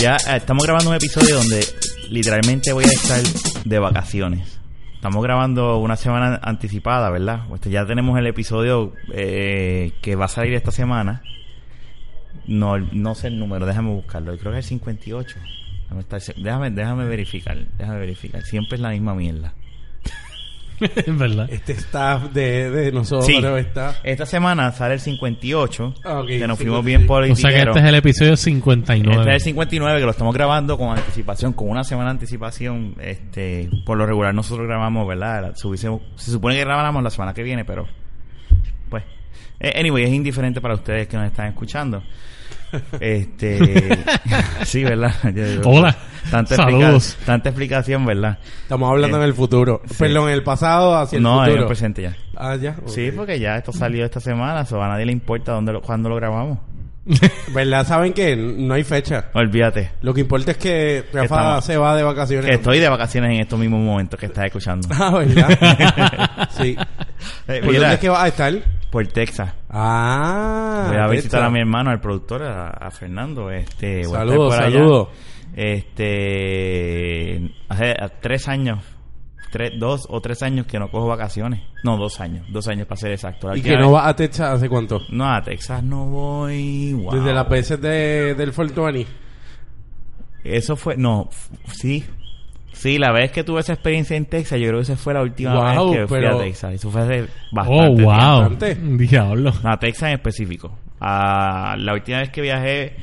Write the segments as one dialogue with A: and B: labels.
A: ya eh, estamos grabando un episodio donde literalmente voy a estar de vacaciones. Estamos grabando una semana anticipada, ¿verdad? Pues ya tenemos el episodio eh, que va a salir esta semana. No, no sé el número, déjame buscarlo. Creo que es el 58. Déjame, estar se- déjame, déjame verificar, déjame verificar. Siempre es la misma mierda.
B: es verdad.
C: Este staff de, de nosotros
A: Sí.
C: está.
A: Esta semana sale el 58,
C: Ah, ok,
A: que nos fuimos
C: 56.
A: bien por
B: O sea que este es el episodio 59.
A: Este es el 59 que lo estamos grabando con anticipación, con una semana de anticipación. Este, por lo regular nosotros grabamos, ¿verdad? La- subiésemos- se supone que grabáramos la semana que viene, pero pues eh, anyway, es indiferente para ustedes que nos están escuchando. Este, sí, ¿verdad? Yo- yo-
B: Hola.
A: Tanta,
B: Saludos.
A: explica- tanta explicación, ¿verdad?
C: Estamos hablando en el futuro. Perdón, en el pasado hacia
A: Eh,
C: el
A: no, en
C: futuro.
A: el presente ya.
C: Ah, ya.
A: Sí,
C: ok.
A: porque ya esto salió esta semana, so a nadie le importa dónde lo, cuándo lo grabamos.
C: ¿Verdad? ¿Saben que No hay fecha.
A: Olvídate.
C: Lo que importa es que Rafa
A: Estamos-
C: se va de vacaciones.
A: Que estoy de vacaciones en estos mismos momentos que estás escuchando.
C: Ah, ¿verdad?
A: Eh,
C: sí. ¿Por
A: mira,
C: Pues, dónde es que vas a estar?
A: por Texas.
C: Ah.
A: Voy a visitar
C: esta.
A: a mi hermano, al productor, a, a Fernando. Este, voy a estar
C: Saludos,
A: por allá.
C: saludos.
A: Este, hace a- tres años, tres, dos o tres años que no cojo vacaciones. No, dos años, dos años para ser exacto. La
C: ¿Y
A: última
C: que no
A: vez-
C: vas a Texas hace cuánto?
A: No, a Texas no voy. Wow.
C: Desde las veces de, del Fortuani.
A: Eso fue, no, f- sí. Sí, la vez que tuve esa experiencia en Texas, yo creo que esa fue la última
C: Wow,
A: vez que fui
C: pero-
A: a Texas. Eso fue hace
B: oh,
A: bastante tiempo.
B: wow.
C: bastante.
B: Diablo.
A: A Texas en específico. A la última vez que viajé,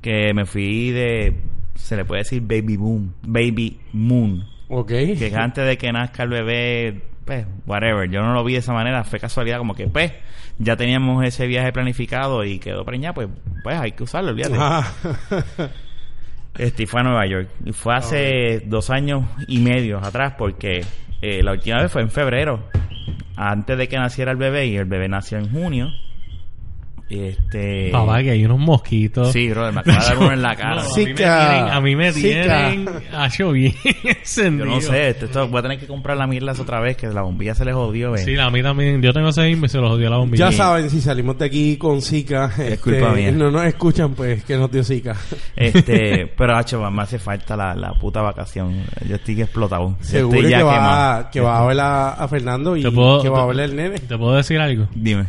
A: que me fui de. Se le puede decir Baby Boom. Baby Moon.
C: Ok.
A: Que es antes de que nazca el bebé, pues, whatever. Yo no lo vi de esa manera. Fue casualidad, como que, pues, ya teníamos ese viaje planificado y quedó preñada, pues, pues hay que usarlo, olvídate.
C: Ah.
A: Este, y fue a Nueva York. Y fue hace dos años y medio atrás, porque eh, la última vez fue en febrero, antes de que naciera el bebé, y el bebé nació en junio. Este.
B: Papá, que hay unos mosquitos.
A: Sí, brother, me acaba de dar uno en la
B: No,
A: cara.
C: Sí.
B: a mí me
C: Zika.
B: tienen, a mí me tienen acho bien
A: Yo
B: encendido.
A: no sé, esto, esto- voy a tener que comprar la mirlas otra vez, que la bombilla se les jodió. ve.
B: Sí, a mí también. Yo tengo seis y se los odio la bombilla.
C: Ya saben, si salimos de aquí con Zika
A: Es
C: este,
A: culpa mía.
C: no nos escuchan, pues que nos dio Zika.
A: Este, pero hacho, me hace falta la, la puta vacación. Yo estoy explotado. Yo
C: Seguro
A: estoy
C: que va,
A: quemado.
C: que va a ver a, a Fernando y
B: Te puedo-
C: que va a
B: te-
C: ver el nene.
B: ¿Te puedo decir algo?
A: Dime.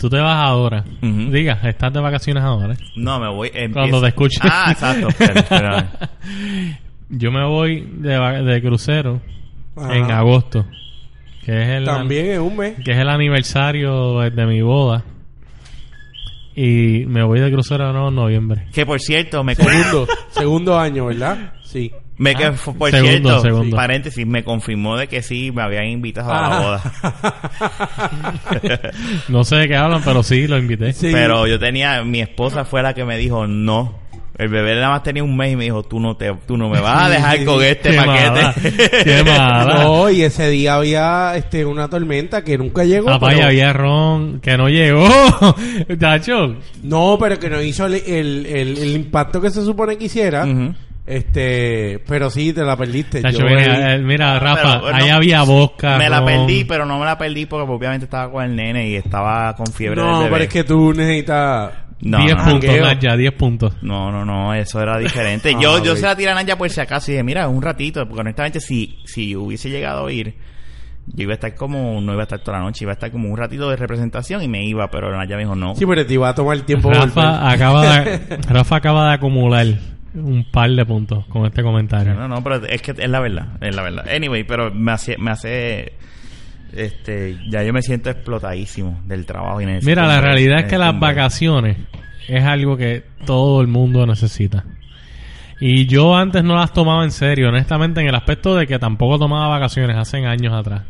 B: Tú te vas ahora.
A: Ujú.
B: Diga, estás de vacaciones ahora. ¿eh?
A: No, me voy. empiezo-
B: Cuando te escuche.
A: Ah, exacto. espérate, espérame.
B: Yo me voy de, va- de crucero
C: Ajá.
B: en
A: Ah.
B: agosto. Que es el,
C: También es un mes.
B: que es el aniversario de mi boda. Y me voy de crucero no, en noviembre.
A: Que por cierto, me
C: Segundo, segundo año, ¿verdad? Sí.
A: Me que-
B: Ah,
A: por
B: segundo,
A: cierto,
B: segundo.
A: paréntesis, me confirmó de que sí me habían invitado a la
C: Ajá.
A: boda.
B: No sé de qué hablan, pero sí, lo invité.
C: Sí.
A: Pero yo tenía, mi esposa fue la que me dijo no. El bebé nada más tenía un mes y me dijo, tú no te, tú no me vas a dejar con este
B: Qué mala, qué
A: paquete.
B: mala.
C: No, y ese día había este, una tormenta que nunca llegó.
B: Papá,
C: pero-
B: y había ron que no llegó. Tacho,
C: No, pero que no hizo el, el, el- el impacto que se supone que hiciera.
A: Ujú.
C: Este, pero sí, te la perdiste.
B: Tacho,
C: Yo
B: mira,
C: ahí-
B: eh, mira, Rafa,
A: Ah, Pero, bueno,
B: ahí había bosca.
A: Me la
B: ron.
A: perdí, pero no me la perdí porque obviamente estaba con el nene y estaba con fiebre del
C: no,
A: bebé.
C: pero es que tú necesitas...
A: no,
B: 10
A: no, no.
B: puntos,
C: jangueo.
B: Naya, 10 puntos.
A: No, no, no, eso era diferente.
C: Ah,
A: yo yo
C: ok.
A: se la tiré a Naya por si acaso y dije, mira, un ratito, porque honestamente si, si yo hubiese llegado a ir, yo iba a estar como, no iba a estar toda la noche, iba a estar como un ratito de representación y me iba, pero Naya me dijo, no.
C: Sí, pero te iba a tomar tiempo volver.
B: Rafa acaba, de, Rafa acaba de acumular un par de puntos con este comentario.
A: No, no, pero es que es la verdad, es la verdad. Anyway, pero me hace, me hace, este, ya yo me siento explotadísimo del trabajo. Y necesito-
B: Mira, la realidad es que
A: necesito
B: las
A: un break.
B: vacaciones es algo que todo el mundo necesita. Y yo antes no las tomaba en serio, honestamente, en el aspecto de que tampoco tomaba vacaciones hace años atrás.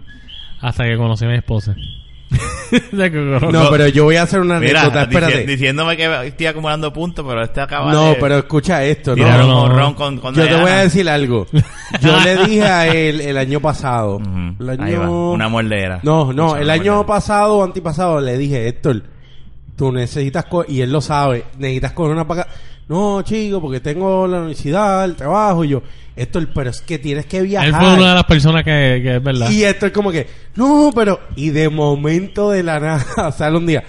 B: Hasta que conocí a mi esposa. De que cono-
C: No, pero yo voy a hacer una
A: Mira,
C: anécdota,
A: dici-
C: espérate.
A: diciéndome que estoy acumulando puntos, pero este acaba
C: no,
A: de
C: pero escucha esto, ¿no?
A: tirar
B: No,
A: un
B: no, no.
A: morrón con, con
C: Yo te voy a
A: Diana.
C: decir algo. Yo le dije a él el año pasado.
A: Ujú.
C: El
A: Ahí va,
C: año...
A: Una mordera.
C: No, no,
A: Escucha,
C: el
A: una
C: año
A: mordera.
C: pasado o antipasado le dije, Héctor, tú necesitas, co- y él lo sabe, necesitas coger una paga. No, chico, porque tengo la universidad, el trabajo, y yo, Héctor, pero es que tienes que
B: Él fue una de
C: viajar.
B: las personas que, que es verdad.
C: Y Héctor como que, no, pero, y de momento de la nada sale un día,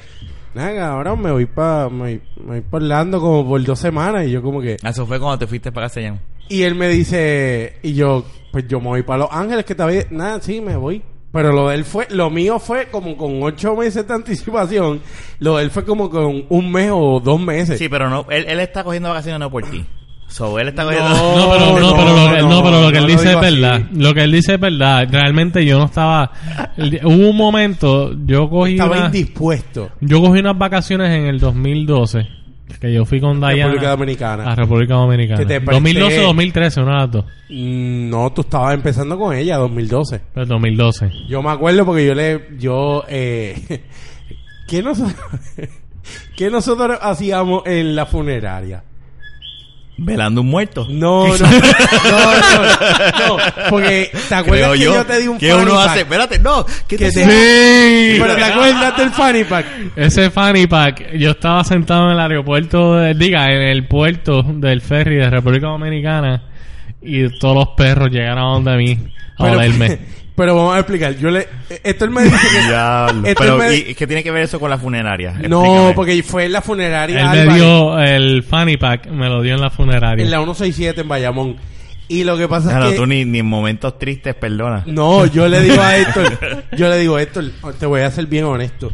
C: Nada, cabrón, me voy para me, voy- me voy pa Orlando como por dos semanas y yo como que...
A: Eso fue cuando te fuiste para Castellán.
C: Y él me dice, y yo, pues yo me voy para Los Ángeles, que todavía, nada, sí, me voy. Pero lo de él fue, lo mío fue como con ocho meses de anticipación, lo de él fue como con un mes o dos meses.
A: Sí, pero no, él, él está cogiendo vacaciones no por ti. So, él está cogiendo...
C: No.
B: No, pero, no,
C: no,
B: pero lo que,
C: no,
B: no, pero lo que
C: no
B: él
C: lo
B: dice es
C: digo
B: verdad.
C: así.
B: Lo que él dice es verdad. Realmente yo no estaba. el- Hubo un momento, yo cogí.
C: Estaba
B: una-
C: indispuesto.
B: Yo cogí unas vacaciones en el 2012. Que yo fui con Diana
C: República
B: a
C: Dominicana.
B: República Dominicana.
C: Que te presté-
B: 2012 2013, una de las dos.
C: Mm, No, tú estabas empezando con ella, 2012.
B: Pero 2012.
C: Yo me acuerdo porque yo le, yo, eh, ¿qué nosotros, qué nosotros hacíamos en la funeraria?
A: Velando un muerto.
C: No, no, no, no, no, porque te acuerdas
A: Creo
C: que yo, te di un
A: ¿Qué
C: fanny
A: uno
C: pack?
A: hace? Espérate, no. ¿Qué
C: Que
A: te
C: te- Pero te acuerdas del fanny pack.
B: Ese fanny pack, yo estaba sentado en el aeropuerto, de- diga, en el puerto del ferry de República Dominicana y todos los perros llegaron a donde mí a
C: Pero,
B: olerme.
C: pero vamos a explicar. Yo le, esto él me dice que
A: Diablo.
C: Esto
A: Pero,
C: me-
A: ¿y qué tiene que ver eso con la funeraria?
C: no,
A: Explícame.
C: porque fue en la funeraria.
B: Él me
C: Álvarez,
B: dio el fanny pack, me lo dio en la funeraria.
C: en la 167 en Bayamón. Y lo que pasa
A: Claro,
C: es que
A: Ah, tú ni, ni en momentos tristes, perdona.
C: No, yo le digo a Héctor, yo le digo, Héctor, te voy a ser bien honesto.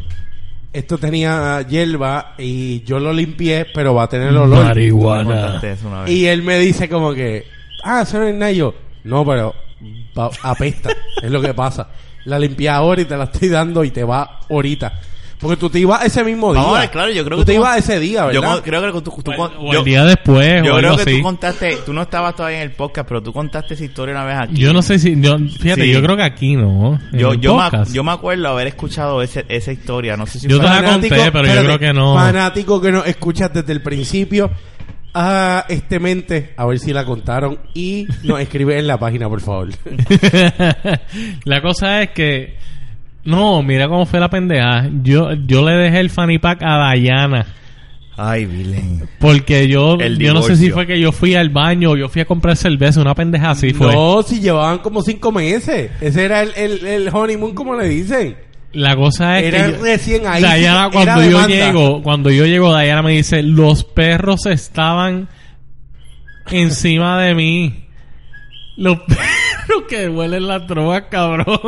C: Esto tenía hierba y yo lo limpié, pero va a tener olor.
A: Me
B: Marihuana.
A: contaste eso una vez.
C: Y él me dice como que, ah, eso no es nada. Y yo, no, pero va- apesta, es lo que pasa. La limpié ahora y te la estoy dando y te va ahorita. Porque tú te ibas ese mismo día.
A: Vamos a ver, claro, yo creo
C: tú
A: que
C: te
A: tú-
C: ibas ese día,
A: Yo
C: ¿verdad?
A: con- creo que tú, tú con-
B: O
A: yo-
B: el día después,
A: Yo
B: o
A: creo
B: algo
A: que
B: así.
A: tú contaste, tú no estabas todavía en el podcast, pero tú contaste esa historia una vez aquí.
B: Yo no sé si, yo, fíjate,
A: Sí.
B: yo creo que aquí no. en
A: Yo,
B: el
A: yo, me,
B: podcast.
A: yo me acuerdo haber escuchado ese, esa historia, no sé si
B: Yo
A: fue-
B: te la conté, pero yo creo que no.
C: Fanático que nos escuchas desde el principio. A este mente, a ver si la contaron. Y nos escribe en la página, por favor.
B: la cosa es que no, mira cómo fue la pendeja. Yo yo le dejé el fanny pack a Dayana
A: Ay, Vilén.
B: porque yo
A: El
B: yo no sé si
A: divorcio.
B: fue que yo fui al baño, o yo fui a comprar cerveza, una pendeja así fue.
C: No, si llevaban como cinco meses. Ese era el, el, el honeymoon, como le dicen.
B: La cosa es
C: Era
B: que yo-
C: recién ahí.
B: Dayana
C: Era
B: cuando yo
C: demanda.
B: llego, cuando yo llego Dayana me dice, "Los perros estaban encima de mí." Los perros que huelen la trova, cabrón.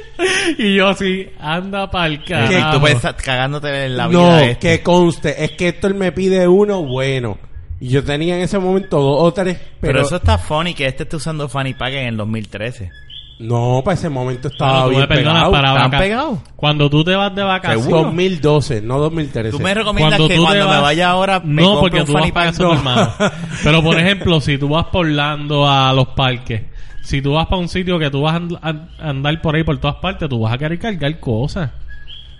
B: y yo así, anda pa'l carajo.
A: Eh, Tú pensas cagándote en la vida.
C: no,
A: de este. esto.
C: que conste. Es que Héctor me pide uno bueno. Y yo tenía en ese momento dos o tres.
A: pero,
C: Pero,
A: eso está funny que este esté usando Fanny Pack en el 2013.
C: No, para ese
A: Ah,
B: Claro,
C: momento estaba
B: tú me
C: bien
B: perdonas,
C: pegado.
B: para
A: ¿Tan
B: vaca-
A: pegado?
B: Cuando tú te vas de vacaciones,
A: Seguro.
C: 2012, no 2013.
A: Tú me recomiendas
B: cuando
A: que
B: tú te
A: cuando me
B: vas-
A: vaya ahora me
B: no
A: compre
B: porque
A: un
B: tú vas
A: Fanny
B: para
A: Pack.
B: casa de tu hermano. Pero por ejemplo, si tú vas por Orlando a los parques, si tú vas para un sitio que tú vas a and- a andar por ahí por todas partes, tú vas a querer cargar cosas.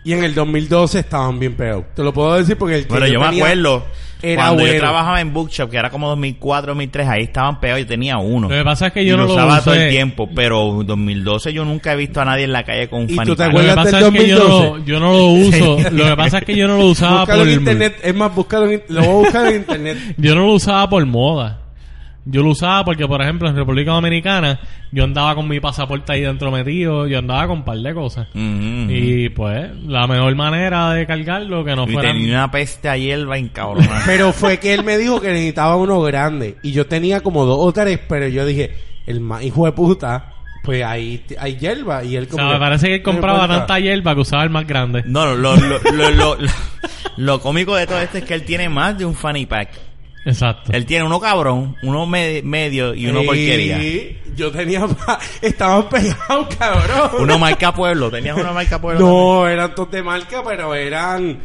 C: Y en el 2012 estaban bien pegados. Te lo puedo decir porque el que
A: Bueno, yo, me
C: tenía
A: acuerdo
C: Era
A: cuando
C: bueno.
A: yo trabajaba en Bookshop, que era como 2004, 2003, ahí estaban pegados, yo tenía uno.
B: Lo que pasa es que
A: Y
B: yo no
A: lo
B: lo
A: usaba todo
B: usé.
A: el tiempo, pero en 2012 yo nunca he visto a nadie en la calle con un
C: ¿Y
A: Fanny
C: tú te
A: Pack.
B: Lo que
C: Acuérdate
B: pasa
C: del
B: es que yo no,
C: 2012.
B: yo no lo uso. Lo que pasa es que yo no lo usaba
C: Búscalo
B: por
C: en internet. Es más, búscalo en, lo voy a buscar en internet.
B: Yo no lo usaba por moda. Yo lo usaba porque, por ejemplo, en República Dominicana, yo andaba con mi pasaporte ahí dentro metido, yo andaba con un par de cosas.
A: Ujú.
B: Y pues, la mejor manera de cargarlo que no
A: Y
B: fuera.
A: tenía una peste a hierba encabronada.
C: Pero fue que él me dijo que necesitaba uno grande. Y yo tenía como dos o tres, pero yo dije, el más hijo de puta, pues ahí t- hay hierba. Y él
B: O
C: como.
B: sea, me
C: que,
B: parece que él
C: "No
B: compraba
C: importa".
B: tanta hierba que usaba el más grande.
A: No, no, lo, lo, lo, lo, lo- lo cómico de todo esto es que él tiene más de un fanny pack.
B: Exacto.
A: Él tiene uno cabrón, uno me- medio y uno
C: Sí,
A: porquería.
C: Yo tenía. pa- Estaban pegados, cabrón.
A: Uno marca pueblo, tenías una marca pueblo.
C: no, eran todos de marca, pero eran.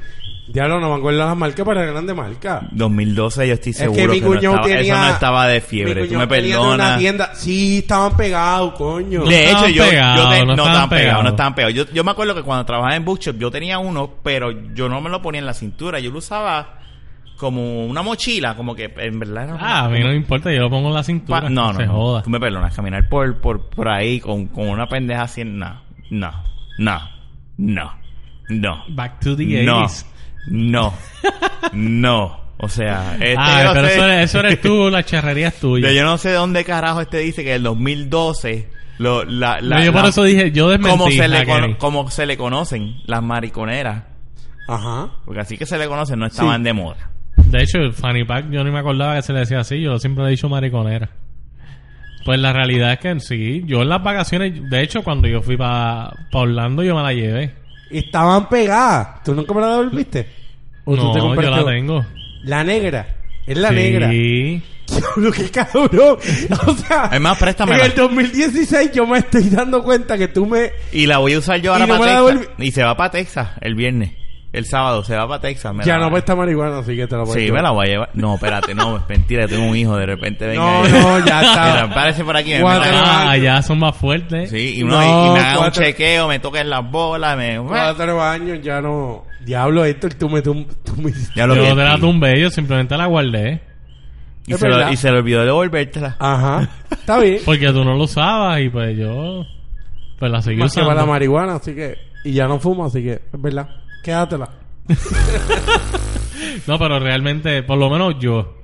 C: Ya no, no me acuerdo las marcas, pero eran de marca.
A: 2012 yo estoy
C: Es
A: seguro
C: que mi
A: que no
C: cuñón
A: estaba,
C: tenía...
A: eso no estaba de
C: mi
A: fiebre. Tú
C: cuñado
A: me
C: tenía de Una
A: perdonas.
C: tienda. Sí, estaban pegados, coño.
A: De hecho,
B: estaban
A: yo, yo
B: pegados,
A: te-
B: no
A: no,
B: estaban
A: estaban pegados, no
B: pegados.
A: estaban pegados. Yo, yo me acuerdo que cuando trabajaba en Bookshop, yo tenía uno, pero yo no me lo ponía en la cintura. Yo lo usaba como una mochila, como que en verdad era una-
B: Ah, a mí no me importa, yo lo pongo en la
A: Pa-
B: cintura.
A: no, no,
B: Se
A: no.
B: joda.
A: Tú me perdonas, caminar por, por, por ahí con, con una pendeja así en no, no, no, no, no,
B: Back to the 80s.
A: no, no, no. O sea, este
B: Ah,
A: yo
B: pero
A: sé-
B: eso eres, eso eres tú, la charrería es tuya.
A: yo no sé de dónde carajo este dice que el 2012 lo, la, la,
B: No, yo por
A: la-
B: eso dije, yo desmentí.
A: como se, le
B: a Kenny.
A: cono- como se le conocen las mariconeras.
C: Ajá.
A: Porque así que se le conoce, no estaban
C: Sí.
A: de moda.
B: De hecho, el Fanny Pack yo ni me acordaba que se le decía así. Yo siempre le he dicho mariconera. Pues la realidad es que sí, yo en las vacaciones, de hecho, cuando yo fui para Orlando, yo me la llevé.
C: Y estaban pegadas. ¿Tú nunca me la devolviste? ¿O tú
B: No,
C: te
B: yo
C: compraste
B: la
C: otra?
B: tengo.
C: La negra. Es la
B: Sí.
C: negra. Diablo, qué cabrón. O sea,
A: Es más, préstamela.
C: en el 2016 yo me estoy dando cuenta que tú me...
A: Y la voy a usar yo
C: Y
A: ahora
C: no me
A: para
C: la
A: Texas. Y se va para Texas el viernes. El sábado se va para Texas. me
C: ya
A: la-
C: no presta marihuana, así que te la
A: Sí,
C: llevar.
A: me la voy a llevar. No, espérate, no, es mentira, tengo un hijo, de repente venga.
C: No,
A: y-
C: no, ya está.
A: Mira, párese por aquí. me
C: Cuatro
A: mete la-
B: Ah,
C: años.
B: allá son más fuertes.
A: Sí, y, uno,
C: No,
A: y me haga un
C: cuatro-
A: chequeo, me toquen las bolas, me...
C: Cuatro años ya no... Diablo, Héctor, tú me... Tú, tú me...
A: Ya
B: Yo
A: lo
B: te
A: vi.
B: la tumbé, yo simplemente la guardé.
A: y,
C: Es
A: se lo,
C: verdad.
A: y se le olvidó devolvértela.
C: Ajá. Está bien.
B: Porque tú no lo usabas y pues yo... Pues la seguí
C: Más que para la
B: usando.
C: marihuana, así que... Y ya no fumo, así que... Es verdad. Quédatela.
B: No, pero realmente, por lo menos yo.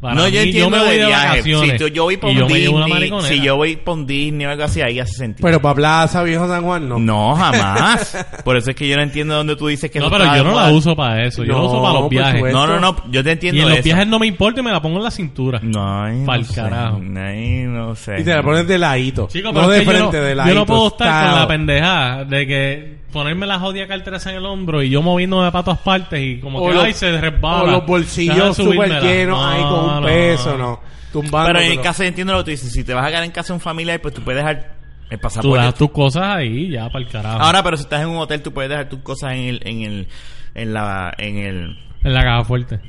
B: Para
A: no, yo
B: mí,
A: entiendo
B: me voy
A: de,
B: de
A: viaje.
B: vacaciones
A: Si tú- yo voy por
B: y yo me llevo una
A: Disney,
B: mariconera.
A: si yo voy por Disney o algo así, ahí hace sentido.
C: Pero para Plaza Viejo San Juan, no.
A: No, jamás. Por eso es que yo no entiendo dónde tú dices que
B: No,
A: eso
B: pero
A: está
B: yo no la
A: adecuado.
B: uso para eso. Yo la
C: No,
B: uso para los
C: por
B: viajes.
A: No,
C: supuesto.
A: no, no, yo te entiendo
B: Y en los
A: eso.
B: viajes no me importa y me la pongo en la cintura.
A: No, ay, no
B: Pa'l
A: sé.
B: carajo.
A: Ay, no sé.
C: Y te la pones de ladito.
B: Chicos,
C: no
B: pero
C: de
B: es que
C: frente,
B: yo, no,
C: de
B: yo
C: ladito.
B: no puedo estar con la
C: Estado.
B: pendejada de que ponerme la jodida cartera en el hombro y yo moviéndome para todas partes y como
C: O
B: que
C: los-
B: ay, se resbala.
C: O los
B: Deja de
C: bolsillos
B: subírmela.
C: súper llenos ahí
B: No,
C: con un
B: no.
C: peso, no. Tumbando.
A: Pero en el caso, entiendo lo que tú dices. Si te vas a quedar en casa de un familiar, pues tú puedes dejar el
B: Tú
A: pasaporte.
B: dejas tus cosas ahí ya para el carajo.
A: Ahora, pero si estás en un hotel, tú puedes dejar tus cosas en el, en el, en la, en el...
B: En la caja fuerte.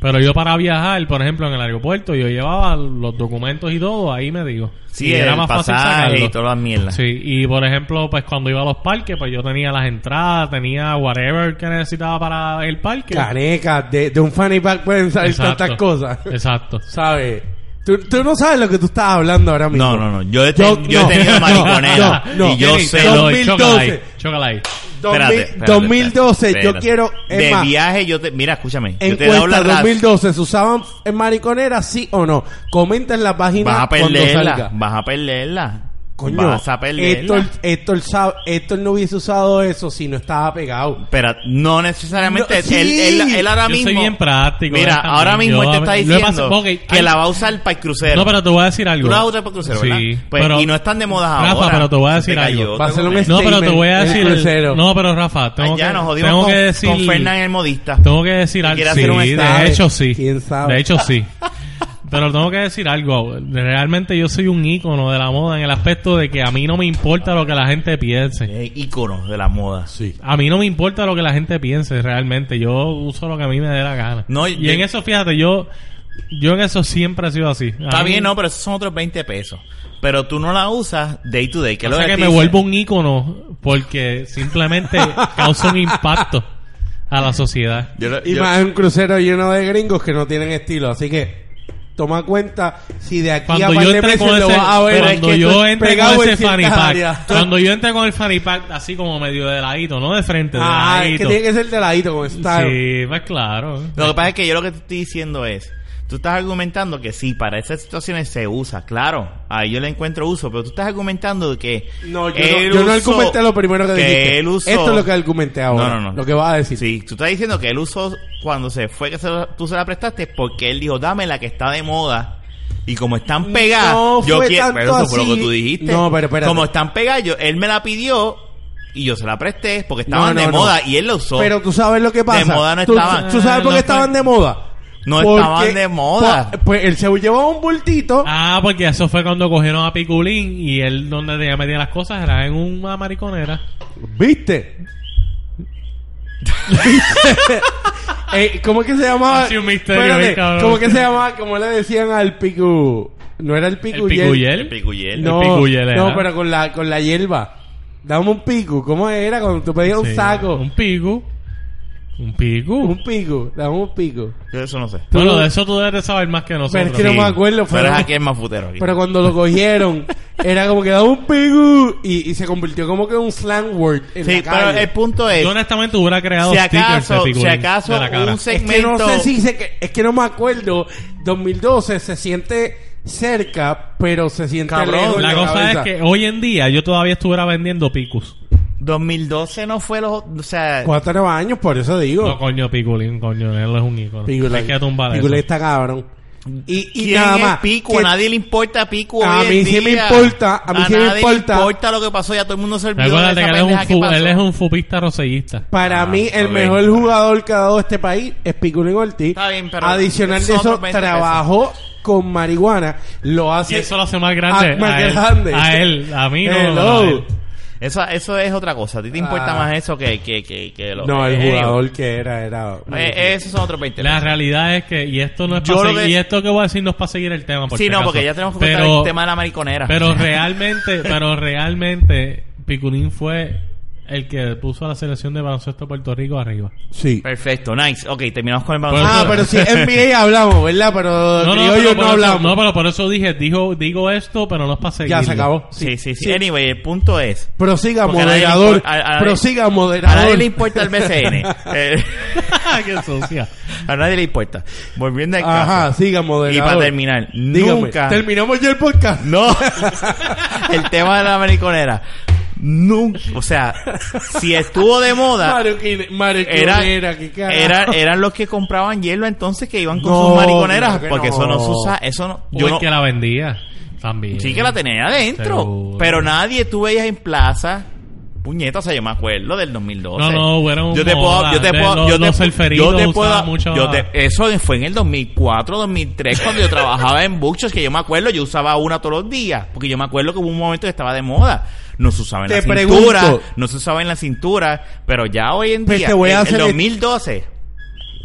B: Pero yo para viajar, por ejemplo, en el aeropuerto, yo llevaba los documentos y todo, ahí me digo.
A: Sí,
B: Y
A: el pasaje
B: sacarlo.
A: y todas las mierdas.
B: Sí, y por ejemplo, pues cuando iba a los parques, pues yo tenía las entradas, tenía whatever que necesitaba para el parque.
C: Caneca, de, de un fanny pack pueden salir
B: Exacto.
C: tantas cosas.
B: Exacto.
C: ¿Sabes? Tú, tú no sabes lo que tú estás hablando ahora mismo.
A: No, no, no. Yo he, ten-
C: Yo-
A: yo he
C: no.
A: tenido
C: No,
A: mariconera.
C: no, no.
A: y yo
B: Kenny,
A: sé...
B: te
A: lo-
B: doy,
C: 2012.
B: chócala ahí, chócala ahí.
C: Dos mil-
A: Espérate, espérate,
C: 2012,
A: espérate,
C: yo
A: espérate.
C: quiero. Es
A: De
C: más,
A: viaje, yo te... Mira, escúchame. Yo te he dado la
C: encuesta
A: razón.
C: 2012, ¿se usaban en mariconera, sí o no? Comenta en la página
A: Vas a
C: cuando
A: perderla.
C: salga.
A: Vas a perderla.
C: Coño,
A: Vas a perderla.
C: Héctor, Héctor sabe- Héctor no hubiese usado eso si no estaba pegado.
A: Espera, no necesariamente.
C: No,
A: él, él-
C: sí.
A: él ahora
B: Yo soy
A: mismo.
B: bien práctico,
A: Mira,
B: déjame.
A: ahora mismo
B: Yo
A: él te
B: a-
A: está
B: lo he
A: diciendo
B: pasado- ok,
A: que
B: hay-
A: la va a usar para el crucero.
B: No, pero te voy a decir algo.
A: Tú la vas a usar para el crucero,
B: Sí,
A: ¿verdad? Pues,
B: pero-
A: y no están de moda
B: Rafa,
A: ahora.
B: pero te voy a
A: Se
B: decir
A: cayó,
B: algo.
A: otro
C: Va a ser un
A: momento.
B: No, pero te voy a
C: Statement,
B: decir.
C: el crucero.
B: No, pero Rafa, tengo,
A: Ay, ya
B: que,
A: nos jodimos
B: tengo
A: con,
B: que decir.
A: con Fernan el modista.
B: Tengo que decir algo.
A: quiere
B: Sí,
A: hacer un
B: de
C: estabe.
B: hecho sí.
C: ¿Quién sabe?
B: De hecho sí. Pero tengo que decir algo. Realmente yo soy un ícono de la moda en el aspecto de que a mí no me importa lo que la gente piense.
A: Eh, ícono de la moda.
C: Sí.
B: A mí no me importa lo que la gente piense realmente. Yo uso lo que a mí me dé la gana.
A: No,
B: y
A: yo-
B: en eso, fíjate, yo yo en eso siempre he sido así. A
A: Está
B: mí-
A: bien, no, pero esos son otros 20 pesos. Pero tú no la usas day to day. Que es
B: O
A: lo
B: sea que
A: te
B: me
A: dicen.
B: vuelvo un ícono porque simplemente causa un impacto a la sociedad.
A: Yo lo-
C: Y
A: yo-
C: más un crucero lleno de gringos que no tienen estilo. Así que toma cuenta si de aquí a
B: Cuando
C: par
B: yo
C: de
B: entré
C: meses
B: con
C: lo
B: ese,
C: vas a ver.
B: cuando
C: es que tú
B: yo
C: estás
B: entré
C: pegado
B: con
C: en
B: ese fanny
C: ciertas
B: pack,
C: áreas.
B: cuando yo entré con el fanny pack así como medio de ladito, no de frente, de
C: Ah, es que
B: ladito.
C: tiene que ser de ladito con style.
B: Sí, pues claro.
A: Lo que pasa es que yo lo que te estoy diciendo es, tú estás argumentando que sí, para esas situaciones se usa, claro, ahí yo le encuentro uso, pero tú estás argumentando de que...
C: No, yo,
A: él
C: no, yo no
A: usó-
C: argumenté lo primero que, dijiste.
A: él usó-
C: Esto es lo que argumenté ahora.
A: No, no, no.
C: Lo que vas a decir.
A: Sí, tú estás diciendo que él usó cuando se fue que se la- tú se la prestaste porque él dijo, dame la que está de moda. Y como están pegadas,
C: No
A: yo
C: fue
A: quiero...
C: tanto
A: Pero eso fue lo que
C: así.
A: tú dijiste.
C: No, pero espérate.
A: Como están pegadas, yo- él me la pidió y yo se la presté porque estaban
C: No, no,
A: de
C: no.
A: moda y él la usó.
C: Pero tú sabes lo que pasa.
A: moda no
C: Tú-
A: estaban.
C: ¿Tú sabes por
B: No
C: qué estaban
B: fue-
C: de moda?
A: No estaban de moda.
C: Pues, pues él se llevaba un bultito.
B: Ah, porque eso fue cuando cogieron a Piculín y él donde tenía metía las cosas era en una mariconera.
C: ¿Viste? Eh, ¿Cómo es que se llamaba?
B: Ha sido un misterio, eh, cabrón.
C: ¿Cómo es que se llamaba? ¿Cómo le decían al picu? No era el picu.
B: El
C: yel-
B: Picuyel.
A: El picuyel.
C: No,
B: El picuyel era.
C: no, pero con la, con la hierba. Dame un picu. ¿Cómo era cuando tú pedías un
B: Sí,
C: saco?
B: Un pico. Un pico.
C: Un pico. Dame un pico.
A: Yo eso no sé.
B: Bueno,
C: Tú-
B: de eso tú debes de saber más que nosotros.
C: que no me acuerdo,
A: Pero
C: pero-
A: es aquí el más futero. aquí.
C: Pero cuando lo cogieron, era como que daba un pigu y, y se convirtió como que en un slang word. En
A: Sí,
C: la
A: pero
C: calle.
A: el punto es,
B: Yo honestamente hubiera creado
A: si
B: stickers de
A: acaso,
B: Piculín
A: si acaso
B: de la cara.
A: un
C: Es que no
A: segmento...
C: sé si se que- es que no me acuerdo. 2012 se siente cerca, pero se siente
A: Cabrón,
C: lejos. en
B: La cosa es
C: cabeza.
B: que hoy en día yo todavía estuviera vendiendo picus.
A: 2012 no fue los... O sea,
C: Cuatro años, por eso digo.
B: No, coño, Piculín, coño, él es un ícono.
C: Pigulay.
B: Hay que tumbar
C: Pigulay
B: eso.
C: está cabrón. Y, y
A: ¿quién
C: nada
A: es
C: más.
A: Pico? A
C: que-
A: nadie le importa Pico
C: A
A: hoy en
C: mí sí me
A: día.
C: importa, a mí sí me
A: nadie
C: importa.
A: le importa lo que pasó. Ya todo el mundo se olvidó de
B: Recuérdate
A: esa
B: que él es, un
A: pendeja que
B: fu-
A: pasó.
B: él es un fupista rosellista.
C: Para
A: Ah,
C: mí, el
A: ok.
C: mejor jugador que ha dado este país es Piculín Ortiz.
A: Está bien, pero
C: Adicional de
A: son
C: eso,
A: otros 20
C: trabajó con marihuana. Lo
B: Y
C: hace.
B: eso lo hace más grande.
C: Ah, más
B: a, él,
C: grande.
B: a él, a mí no.
C: Hello.
B: a él.
A: Eso, eso es otra cosa. A ti te importa
C: Ah.
A: más eso que, que, que, que lo
C: No, el
A: eh,
C: jugador que era, era.
A: eh, esos son otros 20
B: La realidad es que, y esto no es
A: Yo
B: para
A: lo
B: seguir,
A: que-
B: y esto que voy a decir no es para seguir el tema. Por
A: Sí,
B: si
A: no,
B: acaso.
A: porque ya tenemos que contar el tema de la mariconera.
B: Pero realmente, pero realmente, Piculín fue el que puso a la selección de baloncesto de Puerto Rico arriba.
C: Sí.
A: Perfecto, nice. Ok, terminamos con el baloncesto.
C: Ah, pero sí, NBA hablamos, ¿verdad? Pero no,
B: pero
C: criollos
B: por
C: no
B: eso-
C: hablamos.
B: no, pero por eso dije, dijo, digo esto, pero no es para seguir.
C: ya se acabó.
A: Sí, sí, sí. Anyway, el punto es...
C: Prosiga,
A: Porque a nadie le
C: moderador.
A: impor- a- a-
C: Prosiga,
A: A
C: moderador.
A: nadie le importa el BCN. Eh,
B: Qué sucia.
A: a nadie le importa. Volviendo al caso.
C: Ajá, siga, moderador.
A: Y para terminar,
C: Dígame,
A: nunca...
C: Terminamos ya el podcast.
A: No. el tema de la mariconera. Nunca... O sea, si estuvo de moda...
C: Mariquine-
A: Era,
C: mariconera, qué carajo.
A: era- eran los que compraban hielo entonces que iban con
C: No,
A: sus mariconeras
C: claro que
A: porque
C: no.
A: eso no se usa eso no
B: O
A: yo
B: el
A: no,
B: que la vendía. También.
A: Sí que la tenía adentro.
B: Seguro.
A: Pero nadie tú veías en plaza. Puñeta, o sea, yo me acuerdo del 2012.
B: No, no, fueron
A: Yo te
B: modas,
A: puedo, yo te
B: de
A: puedo,
B: los-
A: yo te,
B: los
A: yo
B: elferitos
A: te puedo,
B: usaban mucho
A: yo
B: la-
A: te- eso fue en el 2004, 2003 cuando yo trabajaba en Buchos, que yo me acuerdo, yo usaba una todos los días, porque yo me acuerdo que hubo un momento que estaba de moda. No se usaba en la
C: Te
A: cintura,
C: pregunto.
A: no se usaba en la cintura, pero ya hoy en
C: Pues
A: día,
C: te voy a
A: en
C: hacer-
A: el 2012,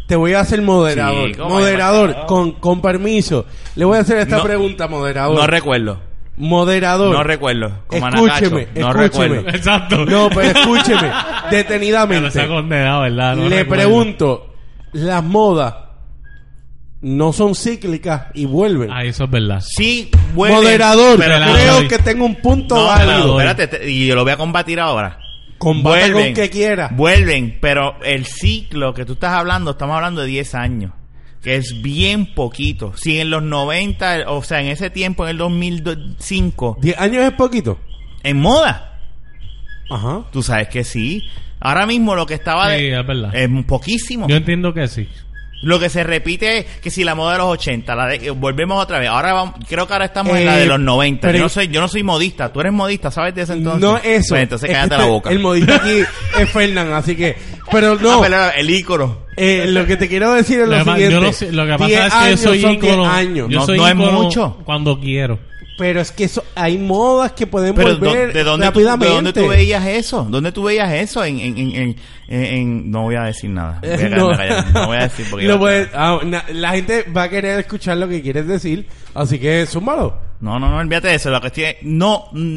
C: Te voy a hacer moderador.
A: Sí, ¿cómo
C: moderador,
A: hay-
C: con, con permiso. Le voy a hacer esta
A: No-
C: pregunta, moderador.
A: no recuerdo,
C: moderador.
A: no recuerdo, como
C: Escúcheme,
A: Anacacho, no
C: escúcheme.
A: recuerdo.
B: Exacto.
C: No, pues, pero escúcheme.
B: Pero está
C: detenidamente.
B: condenado, ¿verdad? Ah, No
C: le
B: recuerdo.
C: pregunto. Las modas no son cíclicas y vuelven.
B: Ah, eso es verdad.
A: Sí, vuelven,
C: moderador,
A: pero
B: la-
C: creo
B: la-
C: que tengo un punto
A: No,
C: válido.
A: pero espérate, te- y yo lo voy a combatir ahora.
C: Combata con que quiera.
A: Vuelven, pero el ciclo que tú estás hablando, estamos hablando de 10 años, que es bien poquito. Si en los 90, o sea, en ese tiempo, en el 2005,
C: 10 años es poquito.
A: en moda,
C: Ajá.
A: tú sabes que sí. Ahora mismo lo que estaba
B: Sí,
A: de,
B: es verdad.
A: es poquísimo.
B: Yo entiendo que sí.
A: Lo que se repite es que si la moda de los 80, la de- eh, volvemos otra vez. Ahora vamos- creo que ahora estamos en la
C: Eh,
A: de los 90.
C: pero-
A: yo no soy yo no soy modista, tú eres modista, ¿sabes de ese entonces?
C: No eso.
A: Pues entonces
C: Es
A: cállate
C: que
A: la boca.
C: El modista aquí es Fernán, así que. Pero no.
A: Ah, pero el ícono.
C: eh, lo que te quiero decir es
B: Lo
C: lo
B: que pa-
C: siguiente.
B: yo no sé- lo que pasa
C: 10
B: es que yo
C: años
B: soy
C: son 10
B: ícono.
C: años.
B: Yo
A: No-
B: soy
A: no es
B: ícono
A: mucho.
B: Cuando quiero.
C: Pero es que eso, hay modas que pueden
A: Pero ¿dó-
C: volver
A: ¿de dónde, tú,
C: rápidamente.
A: ¿de dónde tú veías eso? ¿Dónde tú veías eso? En, en, en, en, en- en- no voy a decir nada. Voy a
C: Eh,
A: quedarme
C: no.
A: callado. no voy a decir porque...
C: Lo
A: yo-
C: puedes- ah, na- la gente va a querer escuchar lo que quieres decir, así que súmalo.
A: No, no, no, olvídate de eso. La cuestión es... No... mm,